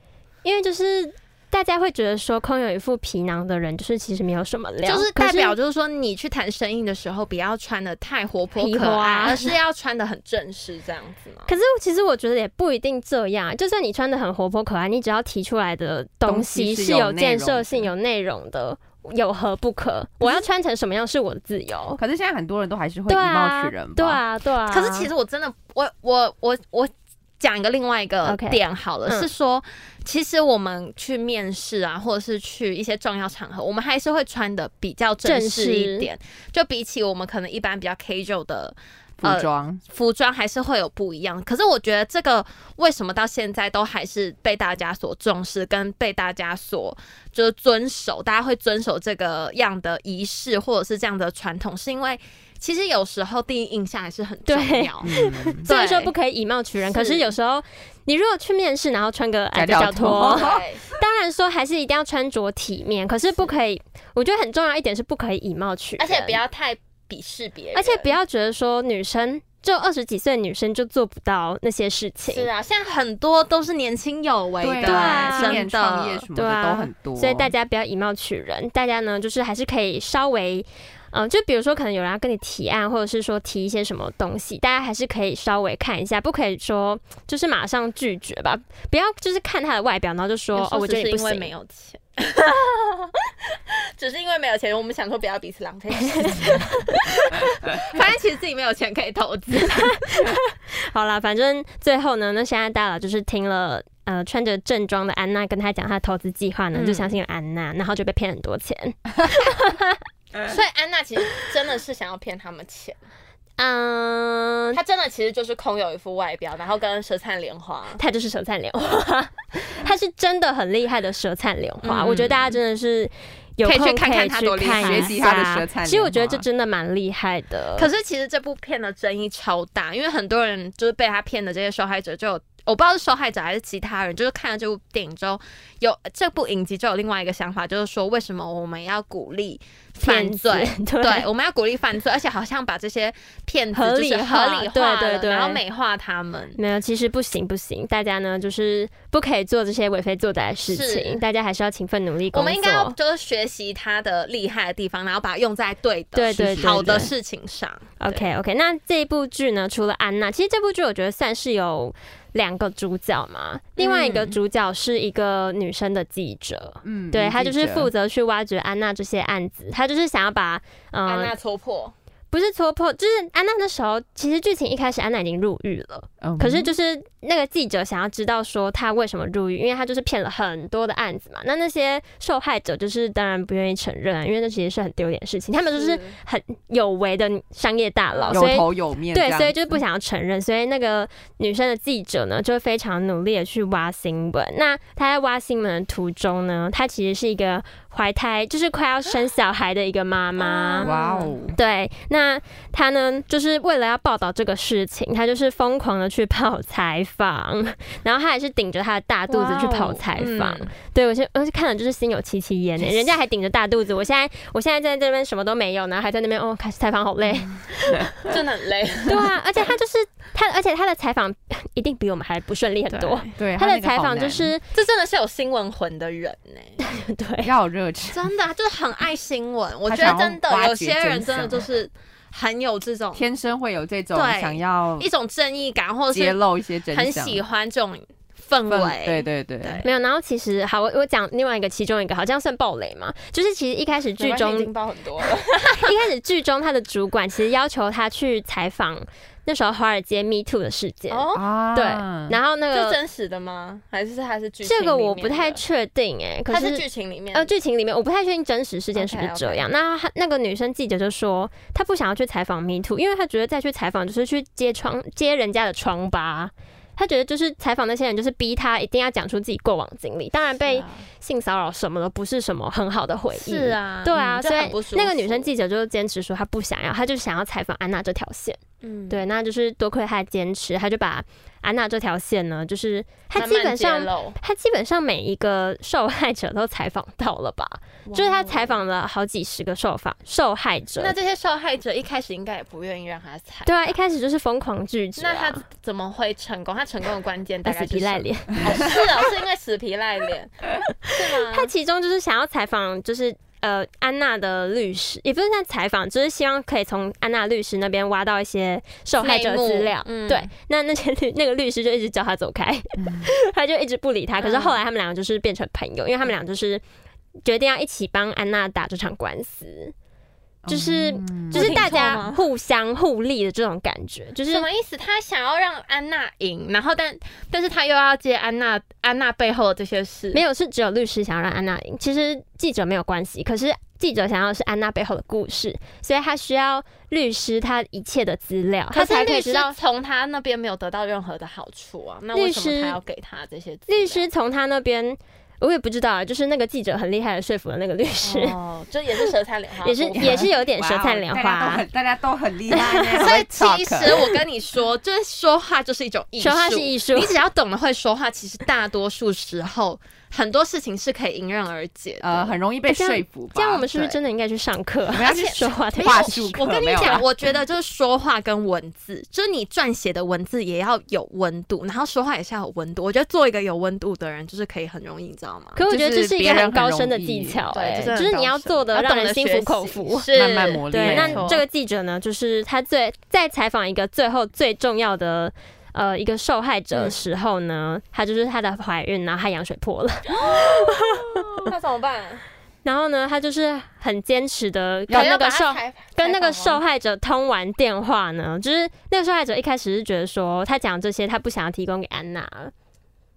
S3: 因为就是大家会觉得说空有一副皮囊的人，就是其实没有什么料，
S1: 就是
S3: 可
S1: 代表，就是说你去谈生意的时候，不要穿的太活泼
S3: 皮
S1: 可
S3: 花
S1: 爱，而是要穿的很正式这样子嘛。
S3: 可是其实我觉得也不一定这样，啊就算你穿的很活泼可爱，你只要提出来的东西
S2: 东西是
S3: 是
S2: 有
S3: 有
S2: 内
S3: 建
S2: 容
S3: 设
S2: 的
S3: 性、有内容的，有何不可？我要穿成什么样是我的自由。
S2: 可是现在很多人都还是会以
S3: 对
S2: 貌
S3: 啊
S2: 取人吧？，
S3: 对啊，对啊。
S1: 可是其实我真的，我我我我讲一个另外一个
S3: OK
S1: 点好了
S3: 嗯
S1: 是说，其实我们去面试啊，或者是去一些重要场合，我们还是会穿的比较正式一点，就比起我们可能一般比较 casual 的
S2: 服 装
S1: 服装还是会有不一样。可是我觉得这个为什么到现在都还是被大家所重视，跟被大家所就是遵守，大家会遵守这个样的仪式或者是这样的传统，是因为其实有时候第一印象还是很重
S3: 对
S1: 要。
S2: 嗯，
S3: 虽然说
S1: 对
S3: 不可以以貌取人，可是
S1: 是
S3: 有时候你如果去面试，然后穿个
S2: 夹
S3: 矮脚
S2: 脚拖，
S3: 拖
S1: 对，
S3: 当然说还是一定要穿着体面，可是不可以。我觉得很重要一点是不可以以貌取人，
S1: 而且不，要太鄙视别人，
S3: 而且不要觉得说女生就二十几岁的女生就做不到那些事情。
S1: 是啊，现在很多都是年轻有为的，
S3: 对
S2: 啊，
S3: 啊
S2: 青年
S1: 真
S2: 创业
S1: 的
S2: 什么
S3: 对
S2: 的
S3: 啊
S2: 都很多，
S3: 所以大家不要以貌取人，大家呢就是还是可以稍微，嗯、就比如说可能有人要跟你提案，或者是说提一些什么东西，大家还是可以稍微看一下，不可以说就是马上拒绝吧，不要就是看他的外表，然后就说
S1: 有时
S3: 哦，
S1: 候
S3: 我觉得
S1: 只是
S3: 你不
S1: 因为没
S3: 行。
S1: 有钱， 只是因为没有钱，我们想说不要彼此浪费时间，发现其实自己没有钱可以投资，
S3: 好啦，反正最后呢，那现在大佬就是听了。呃，穿着正装的安娜跟他讲他的投资计划呢，
S1: 嗯
S3: 就相信了安娜，然后就被骗很多钱。
S1: 所以安娜其实真的是想要骗他们钱，
S3: 嗯，
S1: 她真的其实就是空有一副外表，然后跟舌灿莲花。
S3: 他就是舌灿莲花， 他是真的很厉害的舌灿莲花。
S1: 嗯
S3: 我觉得大家真的是有
S1: 可以
S3: 空
S1: 去看看
S3: 以
S1: 他
S3: 去
S1: 多厉害
S3: 看一
S2: 学习他的舌
S3: 下
S2: 灿莲
S3: 其实我觉得这
S2: 花
S3: 真的蛮厉害的。
S1: 可是其实这部片的争议超大，因为很多人就是被他骗的这些受害者就有我不知道是受害者还是其他人，就是看了这部电影之后，有这部影集就有另外一个想法，就是说为什么我们要鼓励犯
S3: 骗子
S1: 罪？
S3: 对
S1: 对，我们要鼓励犯罪，而且好像把这些骗子
S3: 合
S1: 就是
S3: 理化
S1: 合理
S3: 对
S1: 化
S3: 对
S1: 了
S3: 对
S1: 然后美化他们。
S3: 没有，其实不行不行，大家呢就是不可以做这些为非作歹的事
S1: 是
S3: 情，大家还是要勤奋努力工作。
S1: 我们应该要就是学习他的厉害的地方，然后把它用在对的、
S3: 对对对
S1: 好的
S3: 对
S1: 事情上。
S3: OK OK，那这一部剧呢，除了安娜，其实这部剧我觉得算是有两个主角嘛，另外一个
S1: 嗯
S3: 主角是一个女生的记者，
S2: 嗯，
S3: 对
S2: 你
S3: 她就是
S2: 记着
S3: 负责去挖掘安娜这些案子，她就是想要把
S1: 安
S3: 呃
S1: 娜戳破，
S3: 不是戳破，就是安娜那时候其实剧情一开始安娜已经入狱了，
S2: 嗯
S3: 可是就是那个记者想要知道说她为什么入狱，因为她就是骗了很多的案子嘛，那那些受害者就是当然不愿意承认啊，因为那其实是很丢脸的事情，他们就是
S1: 嗯
S3: 有为的商业大佬，所以
S2: 有头有面这
S3: 对
S2: 样，子，
S3: 所以就是不想要承认，所以那个女生的记者呢，就非常努力的去挖新闻。那她在挖新闻的途中呢，她其实是一个怀胎，就是快要生小孩的一个妈妈。
S2: 哇哦，
S3: 对，那她呢，就是为了要报道这个事情，她就是疯狂的去跑采访，然后她也是顶着她的大肚子去跑
S2: 哦
S3: 采访。
S1: 嗯
S3: 对我现我是看了就是心有戚戚焉呢，欸人家还顶着大肚子，我现在我现在在这边什么都没有，然后还在那边哦，开始采访好累。
S1: 嗯真的很累。
S3: 对啊，而且他就是他，而且他的采访一定比我们还不顺利很多。
S2: 对
S3: 嗯他
S2: 那
S3: 的
S2: 个
S3: 采
S2: 好
S3: 访就
S2: 难
S3: 是
S1: 这真的是有新闻魂的人呢、
S3: 对，
S2: 要有热情，
S1: 真的，他就是很爱新闻。我
S2: 他
S1: 觉得
S2: 想要
S1: 真的
S2: 挖
S1: 有
S2: 掘
S1: 些人
S2: 真
S1: 真的
S2: 相
S1: 就是很有这种
S2: 天生会有这种
S1: 对
S2: 想要
S1: 一种正义感，或者
S2: 揭
S1: 是
S2: 露一些真
S1: 很
S2: 相
S1: 喜欢这种氛
S2: 氛
S1: 围。
S2: 对对对，
S1: 对
S3: 没有。然后其实好，我我讲另外一个，其中一个好像算暴雷嘛，就是其实一开始剧中一
S1: 包很多了，
S3: 开始剧中他的主管其实要求他去采访那时候华尔街 Me Too 的事件，
S1: 哦，
S2: 啊，
S3: 对，然后那
S1: 这
S3: 个
S1: 真实的吗？还是它是剧情？
S3: 呃这个我不太，确定哎、可
S1: 它是剧情里面的
S3: 呃，剧情里面我不太确定真实事件是不是
S1: OK，OK
S3: 这样。那他那个女生记者就说，她不想要去采访 Me Too，因为她觉得再去采访就是去揭疮揭人家的疮疤。她觉得就是采访那些人，就是逼她一定要讲出自己过往经历。当然，被性骚扰什么的不是什么很好的回忆。
S1: 啊是，啊，
S3: 对啊，
S1: 嗯
S3: 所
S1: 就很不
S3: 以
S1: 舒服
S3: 那个女生记者就坚持说她不想要，她就想要采访安娜这条线。
S1: 嗯，
S3: 对，那就是多亏她的坚持，她就把安娜这条线呢，就是她
S1: 慢
S3: 基
S1: 慢
S3: 本
S1: 揭
S3: 上
S1: 露
S3: 他基本上每一个受害者都采访到了吧？就是他采。
S1: 哇哦
S3: 访了好几十个受访受害者
S1: 那，这些受害者一开始应该也不愿意让他采，
S3: 对啊，一开始就是疯狂拒绝、
S1: 那
S3: 啊。
S1: 他怎么会成功？他成功的关键大概
S3: 死
S1: 是
S3: 皮
S1: 什
S3: 赖
S1: 么
S3: 脸，
S1: 哦，是啊，是因为死皮赖 脸，是吗？
S3: 他其中就是想要采访，就是呃安娜的律师，也不是在采访，就是希望可以从安娜律师那边挖到一些受害者资料。
S1: 内幕嗯嗯
S3: 对，那那些律那个律师就一直叫他走开， 他就一直不理他。可是后来他们两个就是变成朋友，因为他们俩就是决定要一起帮安娜打这场官司。就是
S2: 嗯
S3: 就是大
S1: 我听错
S3: 家
S1: 吗
S3: 互相互利的这种感 觉，就是
S1: 什么意思？他想要让安娜赢，然后但但是他又要接安娜安娜背后的这些事，
S3: 没有是只有律师想要让安娜赢，其实记者没有关系，可是记者想要的是安娜背后的故事，所以他需要律师他一切的资料，哦他
S1: 可是
S3: 才可
S1: 律
S3: 以知
S1: 师
S3: 道。
S1: 从他那边没有得到任何的好处啊，那
S3: 律
S1: 为什么
S3: 师
S1: 他要给他这些资料？
S3: 律师从他那边，我也不知道啊，就是那个记者很厉害的说服了那个律师，
S1: 哦，这也是舌灿莲花， 啊
S3: 也是
S1: 不
S3: 也是有点舌
S2: 哇哦
S3: 灿莲花、
S2: 大家都很大家都很厉害 呢，
S1: 所以
S2: 很会
S1: 其
S2: talk
S1: 实我跟你说，就是说话就是一种艺术，
S3: 说话是艺术
S1: 你只要懂得会说话，其实大多数时候很多事情是可以迎刃而解的。
S2: 呃很容易被
S3: 这样
S2: 说服吧，
S3: 这样我们是不是
S2: 对
S3: 真的应该去上课？
S2: 我们要去
S3: 说话
S2: 没
S3: 的
S2: 有话术课
S1: 我跟你
S2: 没有啦
S1: 讲，我觉得就是说话跟文字，就是你撰写的文字也要有温度，然后说话也是要有温度。我觉得做一个有温度的人，就是可以很容易，你知道吗？
S3: 可我觉得这
S2: 就是是
S3: 一
S2: 别
S3: 个
S2: 人
S3: 很
S2: 很
S3: 高深的
S2: 容易
S3: 技巧、
S1: 对
S3: 哎，
S1: 就是
S3: 就是
S1: 很
S3: 你
S1: 高
S3: 要
S1: 深
S3: 做的
S1: 要
S3: 让
S1: 懂
S3: 人
S1: 得
S3: 心
S1: 学
S3: 服口
S1: 习
S3: 服。
S1: 是
S2: 慢慢磨
S3: 对，
S2: 练
S1: 没
S3: 那
S1: 错
S3: 这个记者呢，就是他最在采访一个最后最重要的。呃，一个受害
S1: 嗯
S3: 者的时候呢，她就是她的怀孕，然后她羊 水破了，
S1: 哦那怎么办？
S3: 然后呢，她就是很坚持的跟
S1: 要
S3: 那
S1: 要把
S3: 个
S1: 它
S3: 受
S1: 采
S3: 跟那个
S1: 采访
S3: 受
S1: 吗
S3: 害者通完电话呢，就是那个受害者一开始是觉得说他讲这些他不想要提供给安娜了，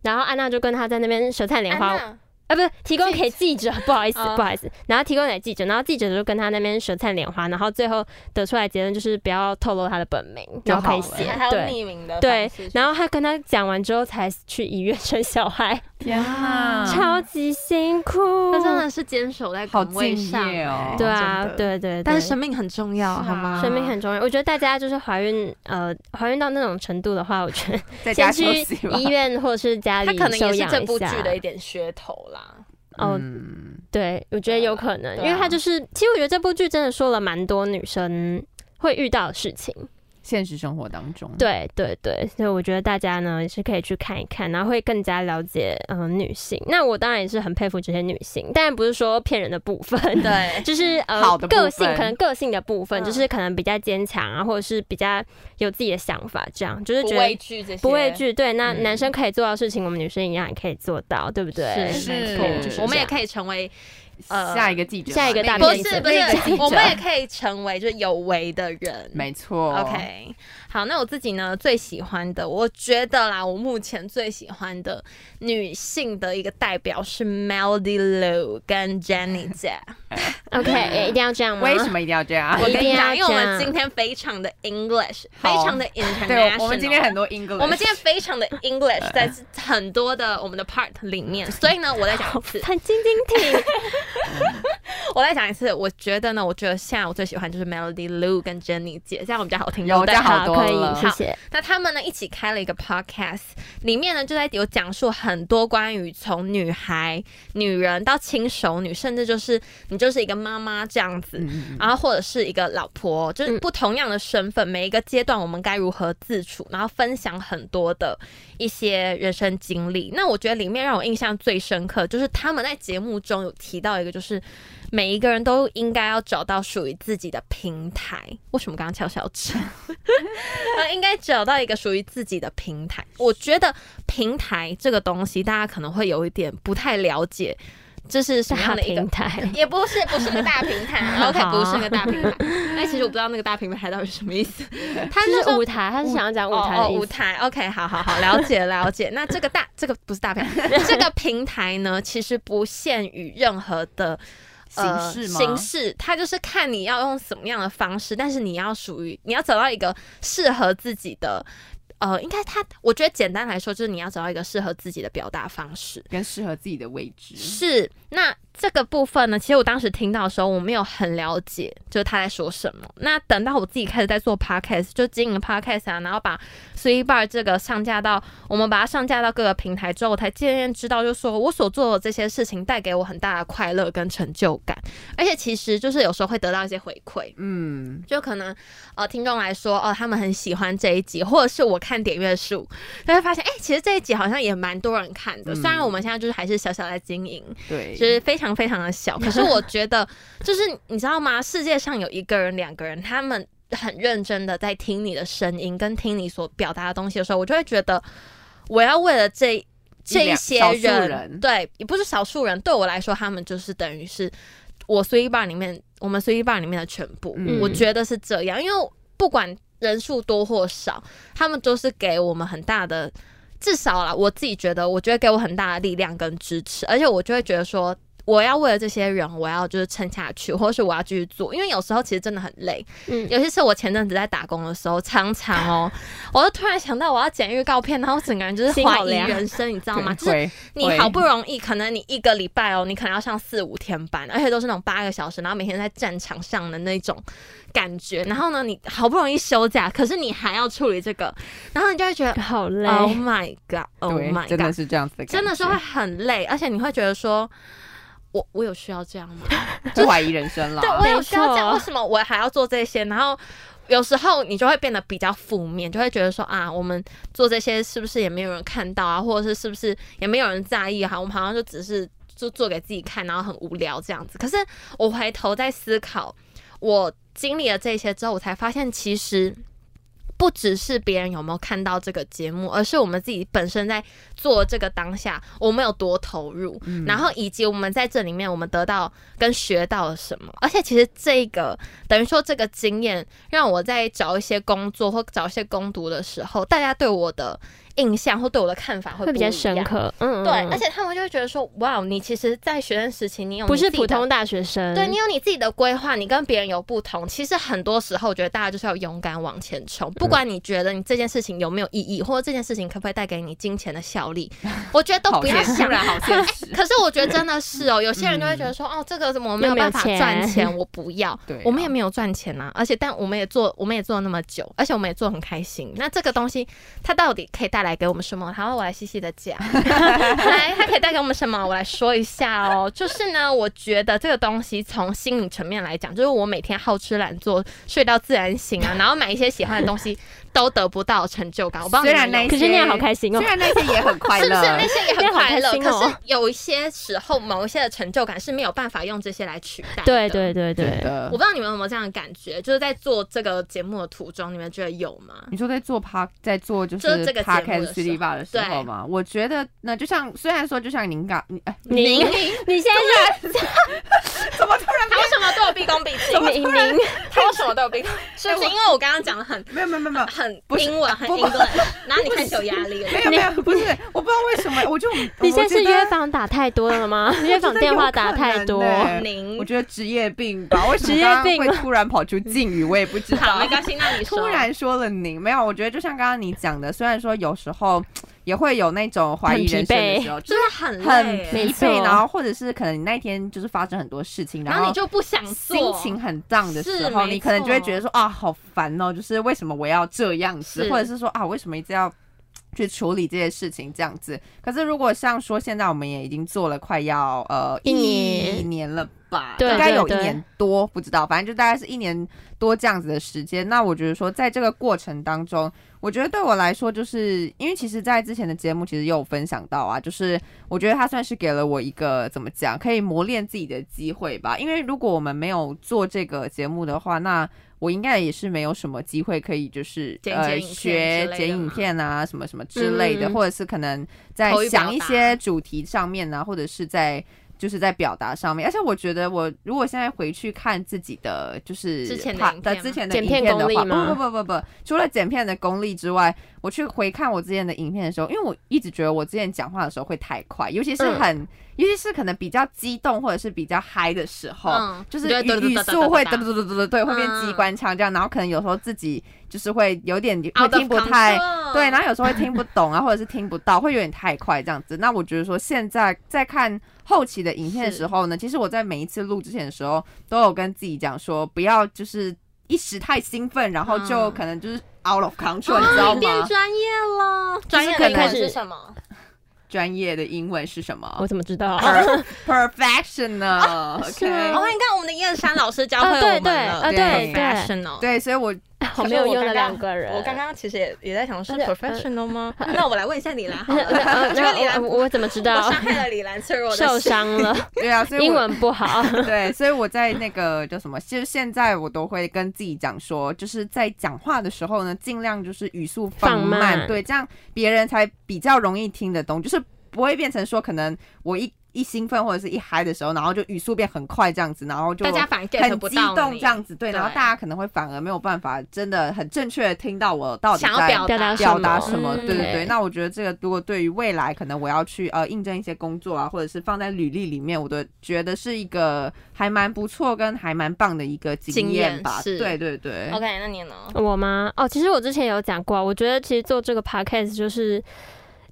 S3: 然后安娜就跟他在那边舌灿莲花，
S1: 安娜
S3: 啊，不是提供给记者，不好意思，
S1: 哦
S3: 不好意思，然后提供给记者，然后记者就跟他那边舌灿莲花，然后最后得出来结论就是不要透露他的本名，
S2: 就
S3: 然后可以
S2: 好了
S3: 写
S1: 还有
S3: 对。
S1: 匿名的
S3: 对
S1: 方式，
S3: 然后他跟他讲完之后，才去医院生小孩，
S2: 天哪，
S3: 超级辛苦。
S1: 他嗯真的是坚守在
S2: 好
S1: 岗位
S2: 敬
S1: 上，哎
S2: 业哦，
S3: 对啊
S2: 真，的，
S3: 对对对，
S1: 但是啊生命很重要，好吗？
S3: 生命很重要。我觉得大家就是怀孕，呃，怀孕到那种程度的话，我觉得
S2: 在家
S3: 先
S2: 休
S3: 去
S2: 息吧。
S3: 医院或者是家
S1: 他
S3: 里
S1: 可能
S3: 休
S1: 也
S3: 养
S1: 是这部
S3: 下
S1: 剧的一点噱头啦。
S3: 哦
S2: 嗯
S3: 对，我觉得有可能，
S1: 对啊
S3: 因为他就是，其实我觉得这部剧真的说了蛮多女生会遇到的事情。
S1: 嗯
S2: 现实生活当中，
S3: 对对对，所以我觉得大家呢也是可以去看一看，然后会更加了解嗯、呃女性。那我当然也是很佩服这些女性，但不是说骗人的部分。
S1: 对，
S3: 就是呃，
S2: 好的部分
S3: 个性可能个性的部分，
S1: 嗯
S3: 就是可能比较坚强啊，或者是比较有自己的想法，这样就是
S1: 不
S3: 觉
S1: 畏
S3: 得
S1: 惧这些，
S3: 不畏。惧。对，那
S2: 嗯
S3: 男生可以做到的事情，我们女生一样也可以做到，对不对？
S2: 是
S1: 没
S2: 是
S1: 错就是我们也
S3: 以。
S1: 可以成为呃
S2: 下一个记者，
S3: 下一个大
S1: 不
S3: 骗
S1: 是
S3: 子
S1: 不
S3: 那个记
S1: 是，
S3: 者
S1: 我们也可以成为就是有为的人。
S2: 没错
S1: OK，好，那我自己呢最喜欢的，我觉得啦，我目前最喜欢的女性的一个代表是 Melody Lou 跟 Jenny 姐。
S3: OK，也一定要这样吗？
S2: 为什啊么一定要这样？
S1: 我跟你讲，
S3: 一定要这样
S1: 因为我们今天非常的 English，非
S2: 好
S1: 常的 international。
S2: 对，我们今天很多 English，
S1: 我们今天非常 的 English，在很多的我们的 part 里面，所以呢，我再讲一次，
S3: 很晶晶体，
S1: 我再讲一次，我觉得呢，我觉得现在我最喜欢就是 Melody Lou 跟 Jenny 姐，这样我们比较好听，
S2: 有
S1: 对
S2: 这样好多
S3: 可以，
S2: 了
S3: 谢谢。
S1: 那他们呢一起开了一个 podcast，里面呢就在有讲述很多关于从女孩、女人到亲熟女，甚至就是你就是一个妈妈这样子。
S2: 嗯嗯
S1: 然后或者是一个老婆，就是不同样的身份，每一个阶段我们该如何自处，然后分享很多的一些人生经历。那我觉得里面让我印象最深刻，就是他们在节目中有提到一个，就是每一个人都应该要找到属于自己的平台。为什么刚刚悄悄吃？ 呃，应该找到一个属于自己的平台。我觉得平台这个东西，大家可能会有一点不太了解，这是什么
S3: 大
S1: 样的一个
S3: 平台，
S1: 也不是不是个大平 台，OK，
S3: 好
S1: 不是个大平台。那其实我不知道那个大平台到底是什么意 思。 他
S3: 就
S1: 那时
S3: 是
S1: 候
S3: 舞台，他是想要讲舞
S1: 哦
S3: 台
S1: 哦
S3: 的意
S1: 舞
S3: 思。
S1: 台，OK，好好好，了解了解。那这个大 这个不是大平 台，这个平台呢，其实不限于任何的。呃
S2: 形式吗
S1: 形式，它就是看你要用什么样的方式，但是你要属于，你要找到一个适合自己的，呃，应该它，我觉得简单来说，就是你要找到一个适合自己的表达方式。
S2: 跟适合自己的位置，
S1: 是，那这个部分呢，其实我当时听到的时候，我没有很了解，就是他在说什么。那等到我自己开始在做 podcast，就经营 podcast 啊，然后把 Three Bar 这个上架到我们把它上架到各个平台之后，我才渐渐知道，就是说我所做的这些事情带给我很大的快乐跟成就感，而且其实就是有时候会得到一些回馈。
S2: 嗯，
S1: 就可能呃，听众来说，哦，他们很喜欢这一集，或者是我看点阅数，就会发现，哎、其实这一集好像也蛮多人看的。
S2: 嗯
S1: 虽然我们现在就是还是小小在经营，
S2: 对，
S1: 就是非常非常的小。可是 我觉得，就是你知道吗？世界上有一个人、两个人，他们很认真的在听你的声音，跟听你所表达的东西的时候，我就会觉得，我要为了这这一
S2: 两
S1: 些
S2: 少
S1: 人，
S2: 数人
S1: 对，也不是少数人，对我来说，他们就是等于是我随意 bar 里面，我们随意 bar 里面的全部。
S2: 嗯
S1: 我觉得是这样，因为不管人数多或少，他们都是给我们很大的，至少啦，我自己觉得，我觉得给我很大的力量跟支持，而且我就会觉得说。我要为了这些人，我要就是撑下去，或是我要继续做，因为有时候其实真的很累。
S3: 嗯，
S1: 尤其是我前阵子在打工的时候，常常哦，我就突然想到我要剪预告片，然后我整个人就是
S3: 心
S1: 怀
S3: 好
S1: 疑
S3: 凉
S1: 人生，你知道
S2: 对
S1: 吗？就是
S2: 会
S1: 你
S2: 会
S1: 好不容易，可能你一个礼拜哦，你可能要上四五天班，而且都是那种八个小时，然后每天在战场上的那种感觉。然后呢，你好不容易休假，可是你还要处理这个， 然后你就会觉得
S3: 好累。
S1: ，Oh my God，Oh
S2: 对
S1: my
S2: 真的
S1: God，
S2: 是这样子的感觉，
S1: 真的是会很累，而且你会觉得说，我我有需要这样吗？
S2: 就怀疑人生了，
S1: 对我有需要这样，
S3: 没错
S1: 为什么我还要做这些？然后有时候你就会变得比较负面，就会觉得说啊，我们做这些是不是也没有人看到啊，或者是是不是也没有人在意啊哈、我们好像就只是就做给自己看，然后很无聊这样子。可是我回头在思考，我经历了这些之后，我才发现其实。不只是别人有没有看到这个节目，而是我们自己本身在做这个当下，我们有多投入，
S3: 嗯
S2: 嗯
S1: 然后以及我们在这里面我们得到跟学到了什么。而且其实这个等于说这个经验，让我在找一些工作或找一些攻读的时候，大家对我的印象或对我的看法会
S3: 会比较
S1: 不一样
S3: 深。刻，嗯，
S1: 对，
S3: 嗯
S1: 而且他们就会觉得说，哇，你其实，在学生时期，你有
S3: 不
S1: 你
S3: 是
S1: 自己
S3: 普
S1: 的
S3: 通大学生，
S1: 对你有你自己的规划，你跟别人有不同。其实很多时候，我觉得大家就是要勇敢往前
S3: 嗯
S1: 冲，不管你觉得你这件事情有没有意义，或者这件事情可不可以带给你金钱的效力，我觉得都
S2: 好
S1: 不要
S2: 现实
S1: 想啊哎
S2: 突。然好 现实。
S1: 可是我觉得真的是 哦，有些人就会觉得说，
S2: 嗯
S1: 哦，这个我没有
S3: 又没有
S1: 办法
S3: 钱
S1: 赚钱，我不要。
S2: 对啊
S1: 我们也没有赚钱啊呐、而且但我们也做，我们也做了那么久，而且我们也做得很开心。那这个东西它到底可以带来给我们什么？好，我来细细的 讲。来，它可以带给我们什么？我来说一下哦。就是呢，我觉得这个东西从心理层面来讲，就是我每天好吃懒做，睡到自然醒 啊，然后买一些喜欢的东西，都得不到成就感。我不知道你
S2: 虽
S1: 们
S2: 然
S1: 有
S2: 那
S3: 可是那样好开心哦
S2: 虽然那些也很快
S1: 是不
S2: 乐，
S1: 是那些也很快乐？
S3: 那好开心哦
S1: 可是有一些时候，某一些的成就感是没有办法用这些来取代的。
S3: 对对对
S2: 对
S3: 对，
S1: 我
S2: 的
S1: 不。知道你们有没有这样的感觉，就是在做这个节目的途中，你们觉得有吗？
S2: 你说在做 p a r 在做就
S1: 就是
S2: 是
S1: 这个节目的时
S2: p a r k a n
S1: 候
S2: City Bar 的时候
S1: 对
S2: 嘛，我觉得那就像虽然说就像您刚，你哎，
S3: 您你现
S1: 啊
S3: 在
S2: 怎么突然
S1: 他为什么对我毕恭毕 敬？
S3: 是您您
S1: 他为什么对我毕恭？ 是不是因为我刚刚讲的很
S2: 没有没有没有没有
S1: 很
S2: 不是
S1: 英文，很
S2: 不
S1: 英
S2: 不
S1: 文，然后你开始有压力了？
S2: 没有没有，不是，我不知道为什么，我就
S3: 你现在是约
S2: 访。
S3: 访打太多 了吗？约
S2: 觉得
S3: 访电话打太多
S2: 有，可能欸
S1: 您
S2: 我觉得职业病吧，为什
S3: 职
S2: 么
S3: 业
S2: 刚刚
S3: 病
S2: 会
S3: 吗
S2: 突然跑出敬语，我也不知
S1: 好，
S2: 道
S1: 没。关系，那你说。
S2: 突然说了您，没有，我觉得就像刚刚你讲的，虽然说有时候也会有那种怀疑人生的时候，就
S1: 真的很
S2: 是很
S1: 累，
S3: 没
S2: 疲
S3: 错
S2: 惫，然后或者是可能你那天就是发生很多事情，
S1: 然后
S2: 后
S1: 你就不想做，
S2: 啊心情很 down 的时
S1: 是
S2: 候，
S1: 没
S2: 你可能就会
S1: 错
S2: 觉得说啊，好烦哦，就是为什么我要这样子，
S1: 是
S2: 或者是说啊，为什么一直要去处理这些事情这样子。可是如果像说现在我们也已经做了快要呃
S3: 一
S2: 一
S3: 年
S2: 年了吧，
S3: 对
S2: 应该
S3: 对
S2: 有一
S3: 对
S2: 年多，不知道，反正就大概是一年多这样子的时间。那我觉得说在这个过程当中。我觉得对我来说，就是因为其实，在之前的节目其实也有分享到啊，就是我觉得他算是给了我一个怎么讲，可以磨练自己的机会吧。因为如果我们没有做这个节目的话，那我应该也是没有什么机会可以就是
S1: 剪
S2: 呃
S1: 剪影片
S2: 学
S1: 之类的
S2: 剪影
S1: 嘛
S2: 片啊，什么什么之类的，
S3: 嗯
S2: 或者是可能在
S1: 口语表
S2: 想一
S1: 达
S2: 些主题上面啊，或者是在。就是在表达上面，而且我觉得我如果现在回去看自己的就是
S1: 之前的
S2: 怕
S1: 影片吗
S2: 之前的
S3: 剪
S2: 影
S3: 片
S2: 片的
S3: 功力
S2: 话，
S3: 吗
S2: 不不不不不，除了剪片的功力之外，我去回看我之前的影片的时候，因为我一直觉得我之前讲话的时候会太快，尤其是
S3: 嗯
S2: 很，尤其是可能比较激动或者是比较嗨的时候，
S1: 嗯
S2: 就是
S1: 你就会嘟嘟嘟
S2: 语语
S1: 嘟
S2: 速
S1: 嘟
S2: 会
S1: 嘟
S2: 嘟嘟嘟嘟嘟，对，会变
S1: 嗯
S2: 机关枪这样，然后可能有时候自己就是会有点会
S1: Out of
S2: 听不太。
S1: control
S2: 对，然后有时候会听不懂啊，或者是听不到，会有点太快这样子。那我觉得说，现在在看后期的影片的时候呢，其实我在每一次录之前的时候，都有跟自己讲说，不要就是一时太兴奋，然后就
S1: 嗯
S2: 可能就是 out of control，、你知
S1: 哦
S2: 道
S3: 哦
S1: 你变
S2: 吗？
S1: 专业了，专业
S2: 可
S1: 的
S2: 以
S1: 英
S2: 开
S1: 文
S3: 始
S1: 是什么？
S2: 专业的英文是什
S3: 我
S2: 么
S3: 怎么知道？
S2: Per-？Professional，OK、
S3: 吗
S1: 哦，你看我们的燕山老师教会
S3: 啊
S1: 我
S3: 对
S1: 们
S3: 对
S1: 了，
S3: 啊
S2: 对
S3: 对
S1: professional。
S2: 对，所以我
S3: 好没有用的两个人，
S1: 我刚刚其实也也在想，是
S3: 而且呃
S1: professional 吗？那我来问一下李兰好
S3: 呃。
S1: 了，
S3: 呃
S1: 这个李
S3: 那
S1: 兰
S3: 我我我怎么知
S1: 我
S3: 道
S1: 伤？害了李兰脆弱的
S3: 受
S1: 心
S3: 伤 了，
S2: 对啊，所以
S3: 英
S2: 我
S3: 文不好。
S2: 对，所以我在那个叫什么，就是现在我都会跟自己讲说，就是在讲话的时候呢，尽量就是语速放
S3: 放
S2: 慢，
S3: 慢
S2: 对，这样别人才比较容易听得懂，就是不会变成说可能我一一兴奋或者是一嗨的时候，然后就语速变很快这样子，然后就
S1: 大家反而 get
S2: 很
S1: 不
S2: 激
S1: 到
S2: 动
S1: 你
S2: 这样子，对，
S1: 对
S2: 然后大家可能会反而没有办法真的很正确的听到我到底
S1: 想
S2: 在
S1: 要 表
S3: 表达
S1: 达
S3: 什
S2: 表达什
S1: 么
S2: 么，
S1: 嗯
S2: 对对
S3: OK
S2: 对。那我觉得这个如果对于未来可能我要去呃应征一些工作啊，或者是放在履历里面，我都觉得是一个还蛮不错跟还蛮棒的一个经
S1: 经
S2: 验
S1: 验
S2: 吧。
S1: 是
S2: 对对对
S1: OK，那你呢？
S3: 我吗？哦，其实我之前有讲过啊，我觉得其实做这个 podcast 就是。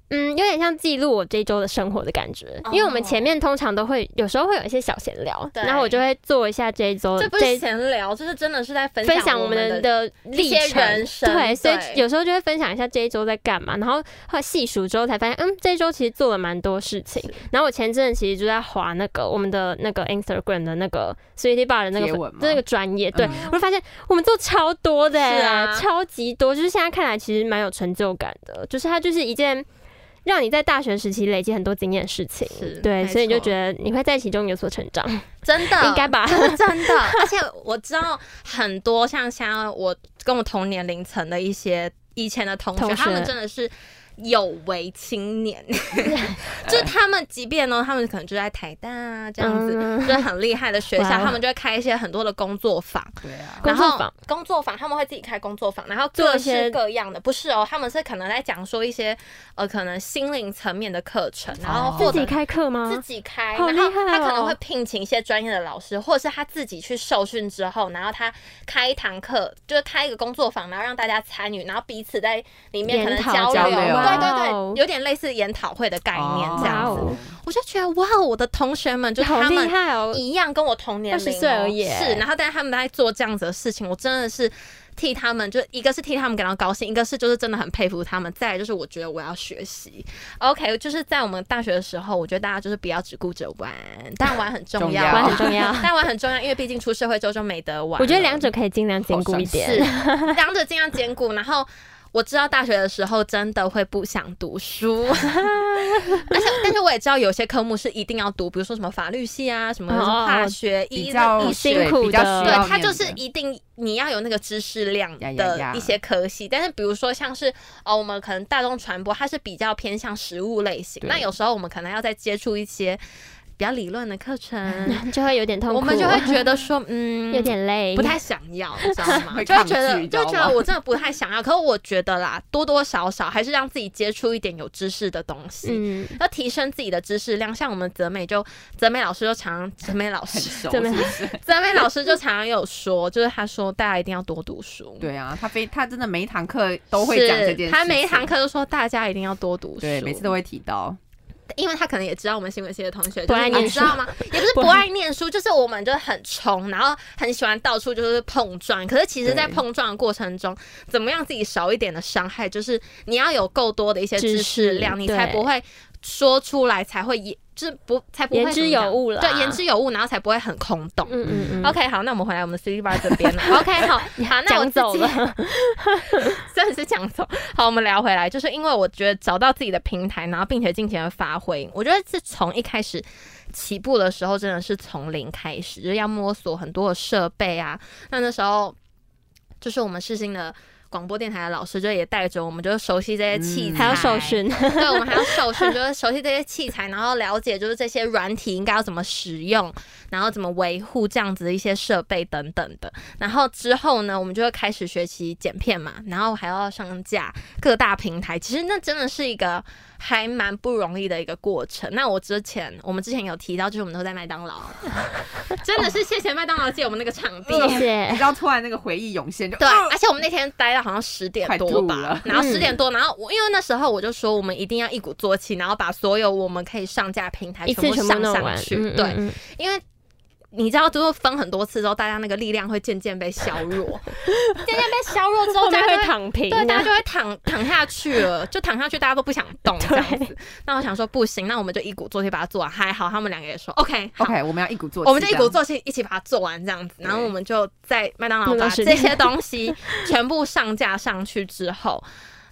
S3: 嗯，有点像记录我这一周的生活的感觉因为我们前面通常都会有时候会有一些小闲聊，
S1: 哦对
S3: 然后我就会做一下这一周
S1: 这不
S3: 这
S1: 是
S3: 一
S1: 闲聊，这是真的是在分
S3: 分
S1: 享
S3: 享我
S1: 们
S3: 们的历
S1: 一些
S3: 程，
S1: 人生
S3: 对，所以
S1: 对
S3: 有时候就会分享一下这一周在干嘛，然后后来细数之后才发现，嗯，这一周其实做了蛮多事情。然后我前阵子其实就在划那个我们的那个 Instagram 的那个 Sweetie Bar 的那个
S2: 贴文
S3: 粉
S2: 吗
S3: 就那个专业，对、
S2: 嗯
S3: 我就发现我们做超多的、欸，
S1: 是啊
S3: 超级多，就是现在看来其实蛮有成就感的，就是它就是一件。让你在大学时期累积很多经验的事情
S1: 是，
S3: 对，
S1: 没
S3: 所以你就
S1: 错嗯
S3: 觉得你会在其中有所成长，
S1: 真的
S3: 应该 吧？
S1: 是真的，而且我知道很多像像我跟我同年龄层的一些以前的同学，
S3: 同学
S1: 他们真的是有为青 年，就是他们即便呢，他们可能就在台大啊这样子，
S3: 嗯
S1: 就是很厉害的学校，
S3: 哇哦
S1: 他们就会开一些很多的工作坊，
S2: 对啊，
S3: 工作坊，
S1: 工作坊他们会自己开工作坊，然后
S3: 做
S1: 各
S3: 一些
S1: 式各样的，不是哦，他们是可能在讲说一些呃，可能心灵层面的课程，然后或
S3: 哦自
S1: 者
S3: 己开课吗？
S1: 自 己开，
S3: 好
S1: 然后
S3: 厉害
S1: 他可能
S3: 哦
S1: 会聘请一些专业的老师，或者是他自己去受训之后，然后他开一堂课，就是开一个工作坊，然后让大家参与，然后彼此在里面可能
S3: 研讨
S1: 交流，啊
S2: 交流
S1: 对对
S3: 哇哦
S1: 对，有点类似研讨会的概念这样
S3: 哇
S1: 子。
S3: 哦
S1: 我就觉得哇，哦我的同学们就
S3: 好
S1: 他
S3: 厉
S1: 们
S3: 害哦！
S1: 一样跟我同年龄、哦，
S3: 20岁而已
S1: 是，然后但是他们在做这样子的事情，我真的是替他们，就一个是替他们感到高兴，一个是就是真的很佩服他们。再来就是我觉得我要学习。OK，就是在我们大学的时候，我觉得大家就是不要只顾着玩，但玩很重要，
S2: 重要
S3: 玩很重要
S1: 但玩很重要，因为毕竟出社会之后就没得玩了。
S3: 我觉得两者可以尽量兼顾一
S1: 是
S3: 点。
S1: 两者尽量兼顾，然后。我知道大学的时候真的会不想读书， 而且但是我也知道有些科目是一定要读，比如说什么法律系啊，什么
S3: 哦
S1: 化学、医
S2: 比较
S1: 医
S3: 辛
S2: 对
S3: 苦
S2: 比较
S3: 的
S2: 需要
S1: 对，它
S2: 面
S1: 就是
S2: 子
S1: 一定你要有那个知识量
S2: 呀呀
S1: 的
S2: 呀
S1: 一些科系。但是比如说像是哦，我们可能大众传播它是比较偏向实物类型，
S3: 对
S1: 那有时候我们可能要再接触一些比较理论的课程，
S3: 就会有点痛苦，
S1: 我们就会觉得说， 嗯，
S3: 有点累，
S1: 不太想 要，你知道吗？
S2: 会
S1: 就会
S2: 抗拒
S1: 觉得
S2: 你知
S1: 就
S2: 道
S1: 觉
S2: 吗
S1: 得我真的不太想要。可是我觉得啦，多多少少还是让自己接触一点有知识的东西。
S3: 嗯，
S1: 要提升自己的知识量，像我们泽美就泽美老师就 常泽美老
S2: 很
S1: 师
S2: 熟，
S3: 怎
S2: 是
S3: 么
S2: 不是？
S1: 泽美老师就常常有说，就是他说大家一定要多读书，
S2: 对啊，他非他真的每一堂课
S1: 是，
S2: 都会讲这件事情，
S1: 他每一堂课都说大家一定要多读书，
S2: 对每次都会提 到，
S1: 因为他可能也知道我们新闻系的同学
S3: 不
S1: 就
S3: 爱
S1: 是
S3: 念
S1: 你
S3: 书
S1: 知 道吗？也不是不爱念书，就是我们就是很冲，然后很喜欢到处就是碰撞。可是其实，在
S2: 对
S1: 碰撞的过程中，怎么样自己少一点的伤害，就是你要有够多的一些
S3: 知
S1: 知识量，
S3: 识
S1: 你
S3: 对
S1: 才不会说出来，才会也就是不才不会
S3: 言之
S1: 怎么讲
S3: 有物啦
S1: 对，言之有物，然后才不会很空洞。
S3: 嗯嗯嗯
S1: OK，好，那我们回来我们 City Bar 这边 了。OK，好，好，那我
S3: 讲
S1: 自
S3: 走
S1: 己
S3: 了，
S1: 真的是讲走。好，我们聊回来，就是因为我觉得找到自己的平台，然后并且尽情的发挥，我觉得是从一开始起步的时候，真的是从零开始，就是要摸索很多的设备啊。那那时候就是我们世新的。广播电台的老师就也带着我们，就熟悉这些器材，
S3: 嗯还要受 训，
S1: 对，我们还要手训，就是熟悉这些器材，然后了解就是这些软体应该要怎么使用，然后怎么维护这样子的一些设备等等的。然后之后呢，我们就会开始学习剪片嘛，然后还要上架各大平台。其实那真的是一个还蛮不容易的一个过程。那我之前我们之前有提到，就是我们都在麦当劳，真的是谢谢麦当劳借我们那个场 地。
S3: 谢谢
S2: 你知。道突然那个回忆涌现，就
S1: 对，哎
S2: 啊
S1: 而且我们那天待到好像十点多
S2: 快吐
S1: 吧
S2: 了，
S1: 然后
S3: 嗯
S1: 十点多，然后我因为那时候我就说我们一定要一鼓作气，然后把所有我们可以上架平台
S3: 一次
S1: 部
S3: 全部
S1: 上
S3: 弄完
S1: 上，去，
S3: 嗯
S1: 对，
S3: 嗯嗯
S1: 因为。你知道，就是分很多次之后，大家那个力量会渐渐被削 弱，渐渐被削弱之后，
S3: 后面
S1: 大家
S3: 会
S1: 就会
S3: 躺平
S1: 对，大家
S3: 的，
S1: 就会躺躺下去了，就躺下去，大家都不想 动这样子。那我想说，不行，那我们就一鼓作气把它做完。还好他们两个也说 OK，好，
S2: OK，我们要一鼓作气，
S1: 我们就一鼓
S2: 这样，
S1: 作气一起把它做完这样子，
S2: 对
S1: 然后我们就在麦当劳
S3: 弄到
S1: 把
S3: 10
S1: 这些东西 全部上架上去之后，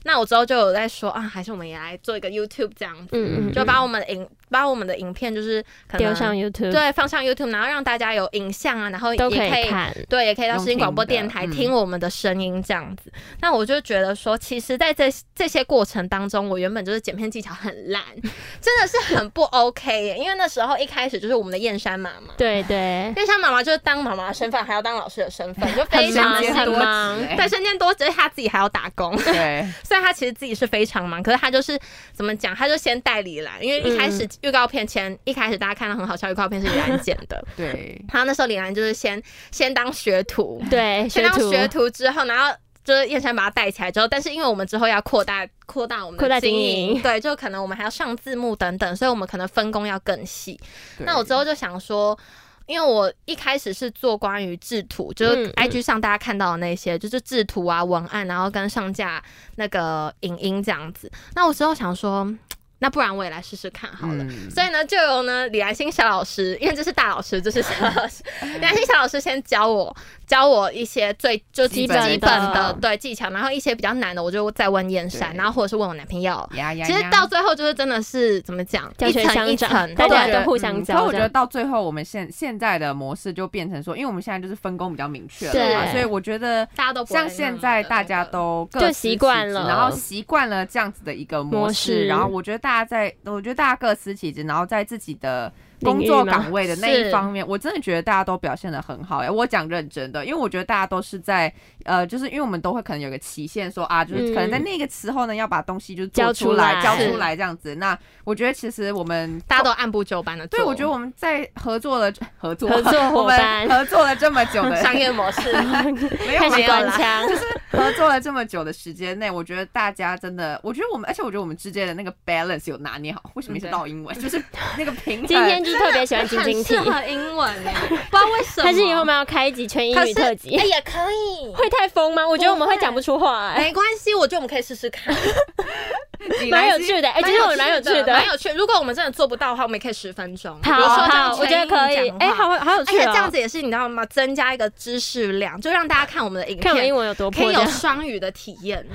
S1: 那我之后就有在说啊，还是我们也来做一个 YouTube 这样子，
S3: 嗯
S1: 就把我们的影把我们的影片就是可能
S3: 丢上 YouTube，，
S1: 对放上 YouTube，然后让大家有影像啊，然后也
S3: 都
S1: 可
S3: 以
S1: 以
S3: 看，
S1: 对，也可以到
S2: 用
S1: 声音广播
S2: 听的
S1: 电台
S2: 嗯
S1: 听我们的声音这样子。那我就觉得说，其实在这这些过程当中，我原本就是剪片技巧很烂， 真的是很不 OK 耶。因为那时候一开始就是我们的燕山妈妈，
S3: 对对，
S1: 燕山妈妈就是当妈妈的身份，还要当老师的身份，就非常
S3: 哎很
S1: 的啊很
S3: 忙很
S1: 忙。
S3: 忙
S2: 很多 职
S1: 对，身兼多职，而且她自己还要打工，
S2: 对，
S1: 虽然她其实自己是非常忙，可是她就是怎么讲，她就先代理啦，因为一开始预告片前，一开始大家看到很好笑，预告片是李安剪 的，
S2: 对，
S1: 她那时候李安就是先先当学徒，
S3: 对，
S1: 先
S3: 学
S1: 当
S3: 徒
S1: 学徒之后，然后就是燕山把它带起来之后，但是因为我们之后要扩大扩大我们的
S3: 扩大
S1: 经
S3: 经营
S1: 对，就可能我们还要上字幕等等，所以我们可能分工要更细。
S2: 对
S1: 那我之后就想说。因为我一开始是做关于制图，就是
S3: 嗯
S1: IG 上大家看到的那些，就是制图啊、文案，然后跟上架那个影音这样子。那我之后想说，那不然我也来试试看好了。
S2: 嗯
S1: 所以呢，就由呢李兰心小老师，因为这是大老师，这是小老 师，李兰心小老师先教我教我一些最就
S2: 基
S1: 基
S2: 本
S1: 本
S2: 的嗯
S1: 的对技巧，然后一些比较难的，我就再问燕山，
S2: 对
S1: 然后或者是问我男朋友。
S2: 呀呀
S1: 其实
S2: 呀
S1: 到最后就是真的是怎么讲，
S3: 教
S1: 一
S3: 学
S1: 层
S3: 相
S1: 一
S3: 长，
S1: 层，
S3: 大
S2: 可我
S3: 家
S2: 觉
S1: 对
S2: 得
S3: 都互相
S2: 嗯可
S3: 教
S2: 我
S3: 这
S2: 觉得
S3: 样。
S2: 到最后，我们现现在的模式就变成说，因为我们现在就是分工比较明确了嘛，
S3: 对
S2: 所以我觉得
S1: 大家都不会
S2: 像现在
S1: 那么的
S2: 大家
S1: 那个
S2: 都各
S3: 就
S2: 司
S3: 习
S2: 其
S3: 惯
S2: 职
S3: 了
S2: 然后习惯了这样子的一个模
S3: 模
S2: 式，
S3: 式
S2: 然后我觉得大家在，我觉得大家各司其职，然后在自己的
S3: 领
S2: 工
S3: 域
S2: 作
S3: 吗
S2: 岗位的那一
S1: 是
S2: 方面，我真的觉得大家都表现的很好、哎，我讲认真的，因为我觉得大家都是在呃，就是因为我们都会可能有个期限说啊，就是可能在
S3: 嗯
S2: 那个时候呢，要把东西就是
S3: 交
S2: 做
S3: 出
S2: 来，
S3: 来
S2: 交
S1: 是
S2: 出来这样子。那我觉得其实我们
S1: 大家都按部就班的做。
S2: 对，我觉得我们在合作了合作
S3: 合作
S2: 我
S3: 伙
S2: 们
S3: 伴
S2: 合作了这么 久的
S1: 商业模式啊
S2: 没有
S3: 开
S2: 没
S3: 始
S2: 有
S3: 关
S2: 啦，
S3: 枪，
S2: 合作了这么久的时间内，我觉得大家真的，我觉得我们，而且我觉得我们之间的那个 balance 有拿捏好。为什么一直
S1: 嗯对
S2: 到英文？ 就是那个平衡。
S3: 今天就是特别喜欢晶晶
S1: 很
S3: 体
S1: 适，合英文哎，不知道为什么。
S3: 还是以后我们要开一集全英
S1: 可
S3: 语
S1: 是
S3: 特辑
S1: 哎？也可以，
S3: 会太疯吗？我觉得我们会讲不出话、哎，
S1: 没关系，我觉得我们可以试试看。
S2: 你
S3: 蛮
S2: 来
S3: 有
S2: 自
S3: 趣的，哎、其实 我蛮有趣的
S1: 蛮。有趣。如果我们真的做不到的话，我们也可以十分钟。比
S3: 好
S1: 如说这样
S3: 好，我觉得可
S1: 全
S3: 以
S1: 英讲，话
S3: 哎、好好有
S1: 而
S3: 趣、
S1: 且
S3: 哦。
S1: 这样子也是你知道吗？增加一个知识量，就让大家看我们的影
S3: 看我们英
S1: 片，
S3: 文有多
S1: 可
S3: 破
S1: 以
S3: 这
S1: 有
S3: 样，
S1: 双语的体验。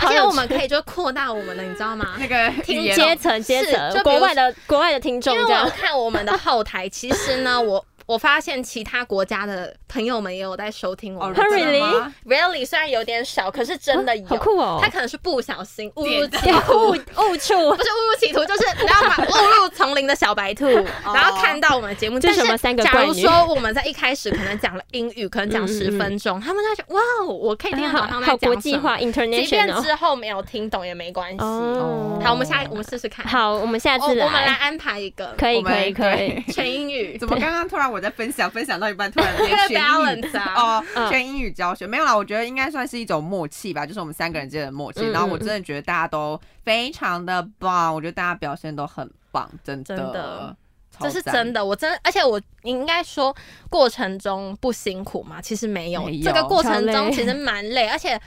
S1: 而
S3: 好有
S1: 且
S3: 趣
S1: 我们可以就扩大我们的，你知道吗？
S2: 那个语
S3: 听
S2: 言
S3: 阶层阶
S1: 是就比如
S3: 层，国外的国外的听众
S1: 因为
S3: 这
S1: 我有
S3: 样，
S1: 看我们的后台，其实呢，我我发现其他国家的朋友们也有在收听我
S2: 哦
S1: 们。
S3: Hurry
S2: 真的吗
S1: Really，虽然啊有点少，可是真的有。
S3: 好酷哦
S1: 他！可能是不小心误入歧
S3: 对
S1: 途，
S3: 误误触
S1: 不是误入歧途，就是然后把误入丛林的小白 兔，然后看到我们的节目。
S3: 哦这
S1: 但
S3: 是
S1: 是
S3: 什么三个
S1: 假
S3: 怪
S1: 如
S3: 女
S1: 说我们在一开始可能讲了英语，可能
S3: 嗯
S1: 讲
S3: 嗯
S1: 十
S3: 嗯
S1: 分钟，他们就觉得哇哦，我可以听得懂他
S3: 好
S1: 们在
S3: 好
S1: 讲什
S3: 国际
S1: 么。
S3: 化
S1: 即便
S3: ，international。
S1: 之后没有听懂也没关系。
S3: 哦
S1: 嗯好，我们下一我们试试看。
S3: 好，我们下
S1: 哦我
S3: 次
S1: 我们来
S3: 来，
S1: 安排一个
S3: 可以
S2: 我们
S3: 可以可以，
S2: 对
S1: 全英语
S2: 怎么刚刚突然我在分享，分享到一半突然
S1: 为 了
S2: 变全英语
S1: balance 啊
S2: 哦，
S3: 嗯
S2: 全英语教学没有啦，我觉得应该算是一种默契吧，就是我们三个人之间的默契。
S3: 嗯
S2: 然后我真的觉得大家都非常的棒，我觉得大家表现都很棒，真的，
S1: 真的
S2: 超
S1: 这是
S2: 赞
S1: 真的，我真的，而且我你应该说过程中不辛苦嘛？其实没有，
S2: 没有
S1: 这个过程
S3: 超累
S1: 中其实蛮累，而且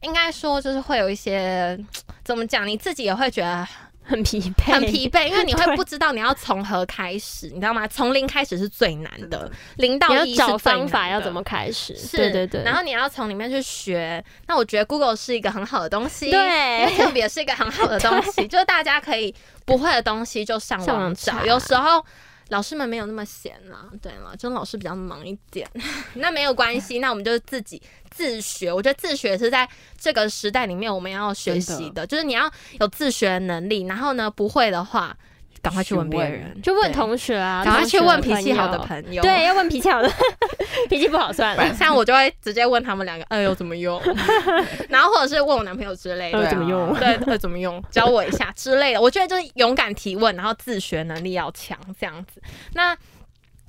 S1: 应该说就是会有一些怎么讲，你自己也会觉 得
S3: 很疲惫，
S1: 很疲惫，因为你
S3: 对
S1: 会不知道你要从何开始，你知道吗？从零开始是最难的，零
S3: 你
S1: 到
S3: 要
S1: 一
S3: 找
S1: 是最
S3: 方法
S1: 难
S3: 要
S1: 的
S3: 怎么。开始？
S1: 是，
S3: 对对对。
S1: 然后你要从里面去学，那我觉得 Google 是一个很好的东西，因 为
S3: 对，
S1: 特别是一个很好的东 西，就是大家可以不会的东西就上
S3: 上
S1: 网
S3: 网
S1: 找。
S3: 查
S1: 有时候老师们没有那么闲啦，对了，就老师比较忙一点， 那没有关 系，那我们就自己自学。我觉得自学是在这个时代里面我们要学习
S2: 真
S1: 的，就是你要有自学的能力，然后呢，不会的话，赶快去问别
S2: 询
S1: 人，
S3: 就问
S1: 对，
S3: 同学啊，
S1: 赶快
S3: 同
S1: 去
S3: 学
S1: 问脾气好的
S3: 友
S1: 朋友。
S3: 对，。要问脾气好的， 脾气不好算了。
S1: 像我就会直接问他们两个，哎呦怎么用， 然后或者是问我男朋友之类的，
S3: 呃
S2: 对啊
S3: 怎么用
S1: 对，呃，怎么用， 教我一下之类的。我觉得就是勇敢提问，然后自学能力要强，这样子。那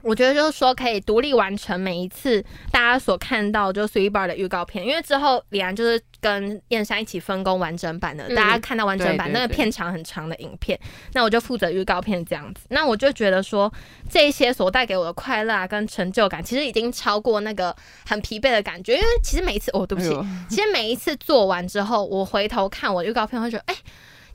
S1: 我觉得就是说，可以独立完成每一次大家所看到就是 Three Bar 的预告片，因为之后李安就是跟燕山一起分工完整版的，
S3: 嗯
S1: 大家看到完整版
S2: 对对
S1: 那个
S2: 对
S1: 片长很长的影片，那我就负责预告片这样子。那我就觉得说，这一些所带给我的快乐啊跟成就感，其实已经超过那个很疲惫的感觉，因为其实每一次，哦，对不起
S2: 哎，呦
S1: 其实每一次做完之后，我回头看我的预告片，会觉得哎、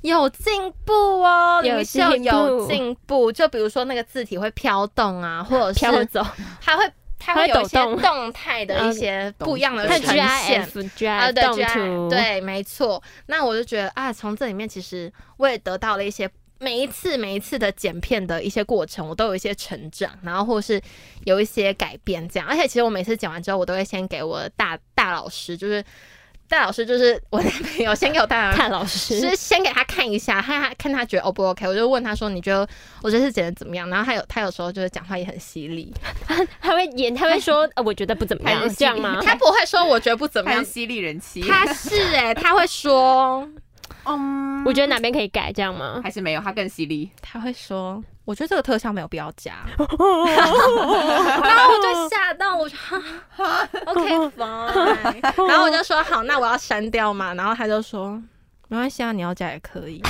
S1: 有进步哦，
S3: 有
S1: 李秀
S3: 进步
S1: 有进步。就比如说那个字体会飘动啊，或者
S3: 飘
S1: 是
S3: 走，
S1: 还会它会
S3: 它会
S1: 有一些
S3: 抖动
S1: 动态的一些不一样的
S2: 有
S3: 看
S1: 呈
S3: G I
S1: 现。
S3: F G
S1: 啊，
S3: I
S1: 对
S3: 动
S1: G I，
S3: 图，，
S1: 对，没错。那我就觉得啊，从这里面其实我也得到了一些每一次每一次的剪片的一些过程，我都有一些成长，然后或是有一些改变这样。而且其实我每次剪完之后，我都会先给我大大老师，就是大老师就是我男朋友，先给我大老师。
S3: 看老师
S1: 是先给他看一下，看他看他觉得 O 不 OK，我就问他说：“你觉得我这次剪的怎么样？”然后他有他有时候就是讲话也很犀利，
S3: 他会演，他会说，呃，我觉得不怎么
S2: 还
S3: 样
S2: 是，
S3: 这样吗？
S1: 他不会说我觉得不怎么
S2: 太
S1: 样，
S2: 犀利人气。
S1: 他是哎、他会说
S2: 嗯，
S3: 我觉得哪边可以改，这 样吗？
S2: 还是没有，他更犀利。
S1: 他会说：“我觉得这个特效没有必要 加。”然后我就吓到， 我说哈：“OK fine。”然后我就说：“好，那我要删掉嘛。”然后他就说：“没关系啊，你要加也可 以。”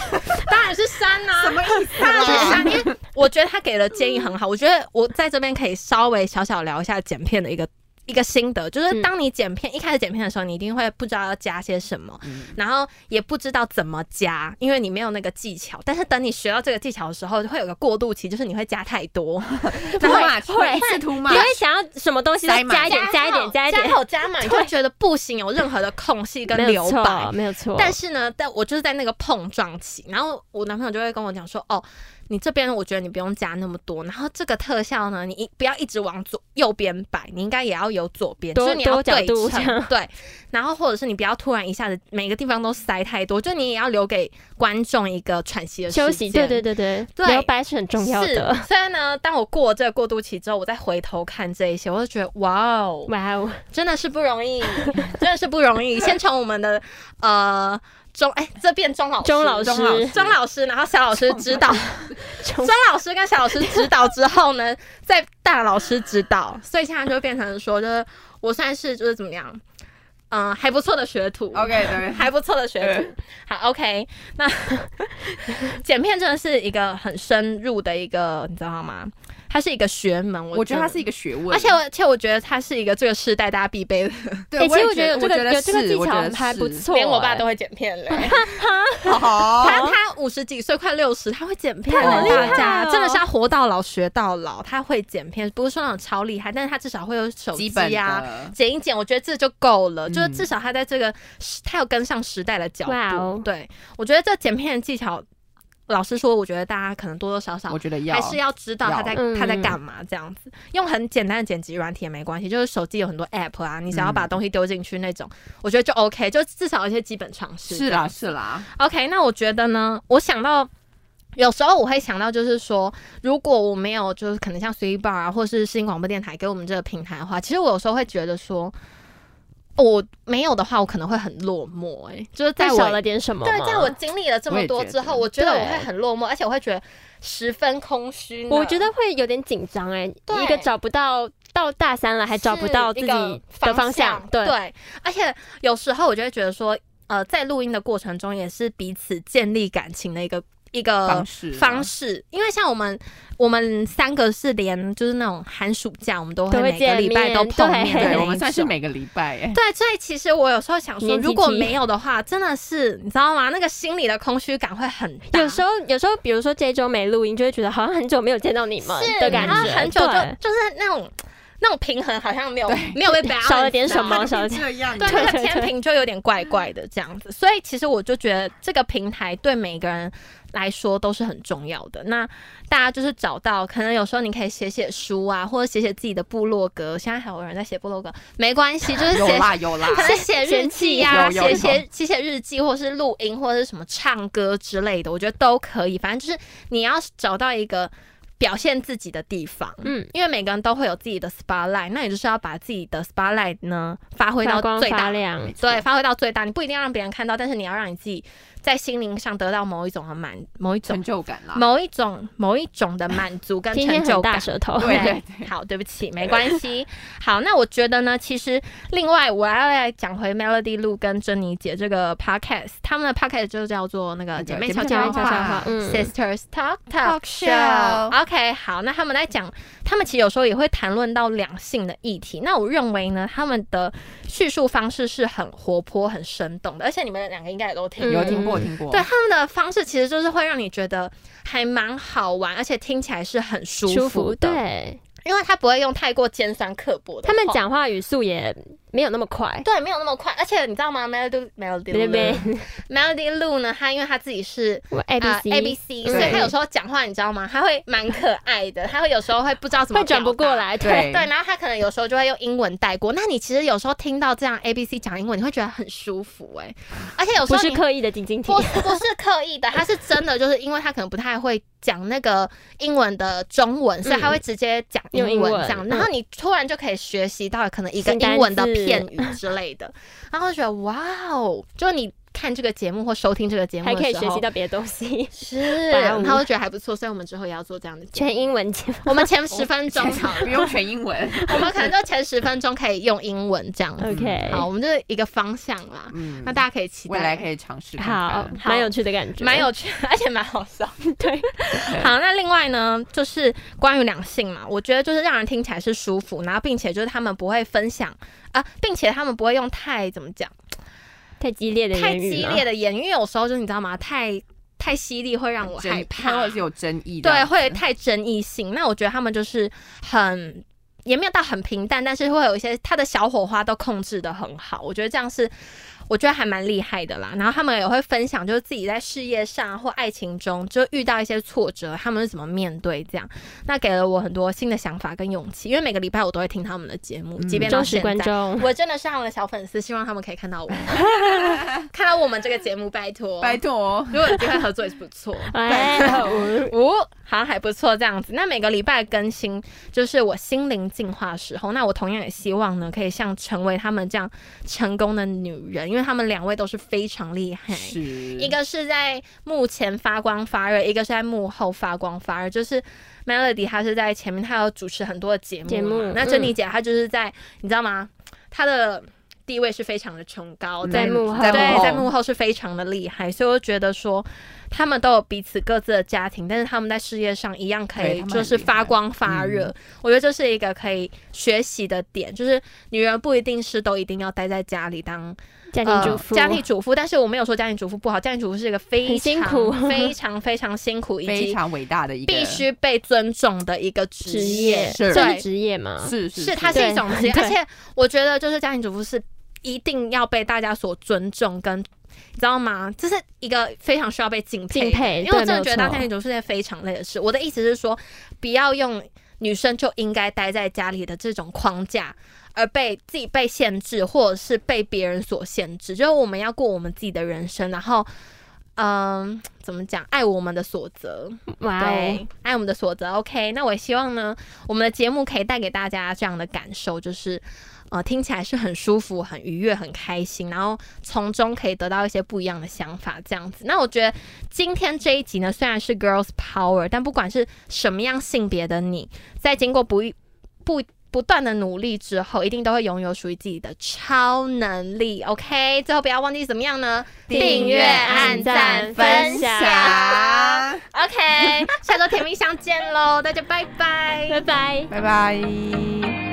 S1: 当然是删啊，
S2: 什么意思
S1: 当然是
S2: 啊？
S1: 删，因为我觉得他给的建议很好。我觉得我在这边可以稍微小小聊一下剪片的一个一个心得，就是
S3: 嗯
S1: 当你剪片、一开始剪片的时候，你一定会不知道要加些什么，
S2: 嗯
S1: 然后也不知道怎么加，因为你没有那个技巧。但是等你学到这个技巧的时候，会有个过渡期，就是你会加太多，然后
S2: 会会是 too
S3: 你
S2: much，
S3: 会想要什么东西都
S2: 塞满
S3: 加一点，加一点，加一点，
S1: 厚加满，你就觉得不行，有任何的空隙跟
S3: 没有
S1: 留白
S3: 错，。没有错。
S1: 但是呢，但我就是在那个碰撞期，然后我男朋友就会跟我讲说，哦，你这边我觉得你不用加那么多，然后这个特效呢，你一不要一直往左右边摆，你应该也要有左边，
S3: 多
S1: 就是你要
S3: 多角
S1: 对
S3: 度这
S1: 称
S3: 样
S1: 对，然后或者是你不要突然一下子每个地方都塞太多，就你也要留给观众一个喘息的
S3: 休
S1: 时
S3: 息，对
S1: 间
S3: 对对对，
S1: 对
S3: 留白是很重要的。
S1: 是，所以呢，当我过这个过渡期之后，我再回头看这一些，我就觉得哇哦，
S3: 哇哦，
S1: 真的是不容易， 真的是不容易。先从我们的呃钟哎、这变钟老师
S3: 钟老
S2: 钟老
S3: 师
S2: 师
S1: 钟老师，然后小老师指导，
S3: 钟
S1: 钟老师跟小老师指导之后呢，再大老师指导，所以现在就变成说，就是我算是就是怎么样，嗯、还不错的学徒
S2: OK 对。
S1: 哦还不错的学徒。好，OK，那 剪片真的是一个很深入的一个，你知道吗？它是一个学门，
S2: 我觉得它
S1: 它
S2: 是一个学问，
S1: 而且我而且我觉得它是一个这个世代大家必备的，
S2: 对，
S3: 欸
S2: 我
S3: 其
S2: 也
S3: 实我觉得有这
S2: 我
S3: 个
S2: 觉得
S3: 有这个
S2: 是
S3: 技
S2: 我觉
S3: 巧
S2: 得
S3: 还
S2: 是
S3: 不错，哎
S1: 连我爸都会剪片嘞。
S2: 好
S1: 欸他他五十几岁快六十，他会剪片
S2: 他
S1: 哦，
S2: 很厉
S1: 大
S3: 害
S1: 家
S3: 哦
S1: 真的是要活到老学到老，他会剪片，不是说那种超厉害，但是他至少会有手
S2: 基
S1: 机
S2: 本
S1: 呀、
S2: 的
S1: 剪一剪，我觉得这就够了，
S2: 嗯
S1: 就是至少他在这个时他有跟上时代的脚步。
S3: 哇哦
S1: 对，我觉得这剪片的技巧，老实说，我觉得大家可能多多少少
S2: 我觉得要
S1: 还是要知道他在
S3: 要
S1: 他在
S3: 嗯
S1: 干嘛这样子。用很简单的剪辑软体也没关系，就是手机有很多 app 啊，你想要把
S2: 嗯
S1: 东西丢进去那种，我觉得就 OK，就至少有一些基本常识。
S2: 是啦是啦，
S1: OK，那我觉得呢，我想到有时候我会想到，就是说，如果我没有就是可能像随意 bar 啊，或是新广播电台给我们这个平台的话，其实我有时候会觉得说，我没有的话，我可能会很落寞、欸。就是在
S3: 再
S1: 我嗯
S3: 少了点什么吗？
S1: 对，在我经历了这
S2: 我
S1: 么
S2: 也
S1: 多
S2: 觉
S1: 之后，
S2: 得
S1: 我觉得我
S3: 对
S1: 会很落寞，而且我会觉得十分空虚呢。
S3: 我觉得会有点紧张哎，
S1: 对
S3: 一个找不到，到大三了还找不到自己的
S1: 方
S3: 向，对，
S1: 而且有时候我就会觉得说，呃，在录音的过程中也是彼此建立感情的一个一个
S2: 方式
S1: 呃方
S2: 式
S1: 式，因为像我们我们三个是连就是那种寒暑假，我们都
S3: 都
S1: 会
S3: 会
S1: 每个礼拜
S3: 见面
S1: 都碰面的那
S3: 对
S1: 一
S2: 对
S1: 种，
S2: 我们算是每个礼拜哎，
S1: 对，所以其实我有时候想说，
S3: 黏 TT
S1: 如果没有的话，真的是你知道吗？那个心里的空虚感会很大，
S3: 有时候，有时候，比如说这一周没录音，就会觉得好像很久没有见到你们
S1: 是
S3: 的感
S1: 然后
S3: 觉，
S1: 很久就
S3: 对
S1: 就是那种那种平衡好像没有
S2: 对
S1: 没有 被 balance
S3: 少了点什么
S1: 到
S3: 对少一点
S2: 这样
S1: 对，那个
S3: 对对
S1: 天平就有点怪怪的这样子，所以其实我就觉得这个平台对每个人来说都是很重要的。那大家就是找到，可能有时候你可以写写书啊，或者写写自己的部落格。现在还有人在写部落格，没关 系，就是
S2: 有
S1: 写
S2: 啦有啦，
S1: 可能写日记呀、
S2: 有有
S1: 写
S2: 有
S1: 写写写日记，或是录音，或者是什么唱歌之类的，我觉得都可以。反正就是你要找到一个表现自己的地方，
S3: 嗯
S1: 嗯，因为每个人都会有自己的 spotlight，那你就是要把自己的 spotlight 呢发挥
S3: 发
S1: 到
S3: 光
S1: 最
S3: 发
S1: 大，
S3: 亮，
S1: 对，发挥到最大。你不一定要让别人看到，但是你要让你自己在心灵上得到某一种的满，某一种
S2: 成。就感啦，
S1: 某一种某一种的满足跟
S3: 今天
S1: 成
S3: 很
S1: 就
S3: 大
S1: 感，
S3: 舌 头，
S2: 对对
S1: 好，对不起，没关系。 好，那我觉得呢，其实另外我要来讲回 Melody 露跟珍妮姐这个 podcast，他们的 podcast 就叫做那
S2: 那
S1: 个
S2: 个
S1: 姐妹
S2: 姐
S1: 悄
S2: 妹
S1: 悄
S2: 悄
S1: 话
S2: 悄
S3: 话
S2: 话，
S3: 嗯，
S1: Sisters Talk Talk
S2: Talk Show
S1: Show。OK，好，那他们在讲，他们其实有时候也会谈论到两性的议题。那我认为呢，他们的叙述方式是很活泼、很生动的，而且你们两个应该也都听
S3: 嗯
S1: 过
S2: 有听过听过，
S1: 对他们的方式，其实就是会让你觉得还蛮好玩，而且听起来是很舒服的。
S3: 舒服，对
S1: 因为他不会用太过尖酸刻薄的
S3: 他
S1: 话。
S3: 们讲话语速也没有那么快，
S1: 对没有那么快，而且你知道吗？Melody Melody
S3: 对对
S1: Melody Lu 呢，他因为他自己是。呃
S3: 我 A B C
S1: 啊 A B C，
S3: 嗯
S1: 所以他有时候讲话，你知道吗？他会蛮可爱的，他会有时候会不知道怎么
S3: 会转不
S1: 表达
S3: 过。来，
S2: 对
S1: 对，然后他可能有时候就会用英文带过。那你其实有时候听到这样 A B C 讲英文，你会觉得很舒服哎、而且有时
S3: 不
S1: 候
S3: 是
S1: 你
S3: 刻意的晶晶体
S1: 不，不是刻意的，他是真的，就是因为他可能不太会讲那个英文的中文，所以他会直接讲英
S3: 嗯用英
S1: 文
S3: 文
S1: 这样。
S3: 嗯
S1: 然后你突然就可以学习到可能一个
S3: 新单
S1: 英文的
S3: 字
S1: 片语之类的，然后就觉得哇哦，就你。看这个节目或收听这个节目
S3: 还
S1: 的
S3: 可以
S1: 时
S3: 学
S1: 候。
S3: 习到别的东西
S1: 是，
S3: 哇哦
S1: 他会觉得还不错，所以我们之后也要做这样的节目。
S3: 全英文节目
S1: 我们 前十分钟好
S2: 不用全英文。
S1: 我们可能就前十分钟可以用英文这样 子。
S3: 嗯，OK，
S1: 嗯好，我们就是一个方向啦。
S2: 嗯
S1: 那大家可以期待，
S2: 未来可以尝试看
S3: 好
S2: 看。，
S1: 好
S3: 蛮有趣的感觉，
S1: 蛮有趣，而且蛮好 笑。
S3: 对，
S1: 好，那另外呢，就是关于两性嘛，我觉得就是让人听起来是舒服，然后并且就是他们不会分享啊、并且他们不会用太怎么讲
S3: 太激烈的
S1: 太
S3: 言语
S1: 激
S3: 吗
S1: 烈的言语，因为有时候就是你知道吗，太太犀利会让我害怕，
S2: 或者是有争议的。
S1: 对，会太争议性。那我觉得他们就是很。也没有到很平淡，但是会有一些他的小火花都控制的很好，我觉得这样是，我觉得还蛮厉害的啦。然后他们也会分享，就是自己在事业上或爱情中，就遇到一些挫折，他们是怎么面对这样。那给了我很多新的想法跟勇气，因为每个礼拜我都会听他们的节目，即便到
S3: 忠实
S1: 现
S3: 观
S1: 在，
S3: 众，
S1: 我真的是他们的小粉丝，希望他们可以看到 我，看到我们这个节目，拜托，
S2: 拜托，
S1: 如果有机会合作也是不错。
S3: 哎，
S1: 五、哦好像还不错这样子。那每个礼拜更新就是我心灵进化的时候，那我同样也希望呢，可以像成为他们这样成功的女人，因为他们两位都是非常厉害。
S2: 是
S1: 一
S2: 一
S1: 个是在幕前发光发热，一个是在幕后发光发热。就是 Melody 她是在前面，她有主持很多的节目嘛。
S3: 节目嗯
S1: 那珍妮姐她就是在，你知道吗？她的地位是非常的崇高，
S3: 在幕后
S2: 在幕
S1: 对，
S2: 后
S1: 哦在幕后是非常的厉害，所以我觉得说他们都有彼此各自的家庭，但是他们在事业上一样可
S2: 对
S1: 以
S2: 他们很嗯
S1: 就是发光发热。我觉得这是一个可以学习的点，就是女人不一定是都一定要待在家里当
S3: 家庭主
S1: 呃
S3: 妇，
S1: 家庭主妇，但是我没有说家庭主妇不好，家庭主妇是一个非常
S3: 很辛苦
S1: 非常非常辛苦以
S2: 非
S1: 及
S2: 常伟大的一个
S1: 必须被尊重的一个职
S3: 职
S1: 业
S3: 业，。
S2: 是
S3: 这是职业嘛？
S2: 是
S1: 是，它是
S3: 对
S1: 一种职业，
S3: 对
S1: 而且我觉得就是家庭主妇是一定要被大家所尊重跟。你知道吗？这是一个非常需要被敬佩的，
S3: 敬佩
S1: 因为我
S3: 对
S1: 真的
S3: 没有
S1: 觉得当
S3: 错
S1: 家庭主妇是件非常累的事。我的意思是说，不要用女生就应该待在家里的这种框架，而被自己被限制，或者是被别人所限制。就是我们要过我们自己的人生，然后，嗯、怎么讲？爱我们的所择，
S3: 哇哦，
S1: 对，爱我们的所择。OK，那我也希望呢，我们的节目可以带给大家这样的感受，就是。呃，听起来是很舒服、很愉悦、很开心，然后从中可以得到一些不一样的想法，这样子。那我觉得今天这一集呢，虽然是 Girls Power，但不管是什么样性别的你，在经过不一不不断的努力之后，一定都会拥有属于自己的超能力。OK，最后不要忘记怎么样呢？订阅、按赞、分享。OK，下周甜蜜相见喽，大家拜拜。
S3: 拜拜。
S2: 拜拜。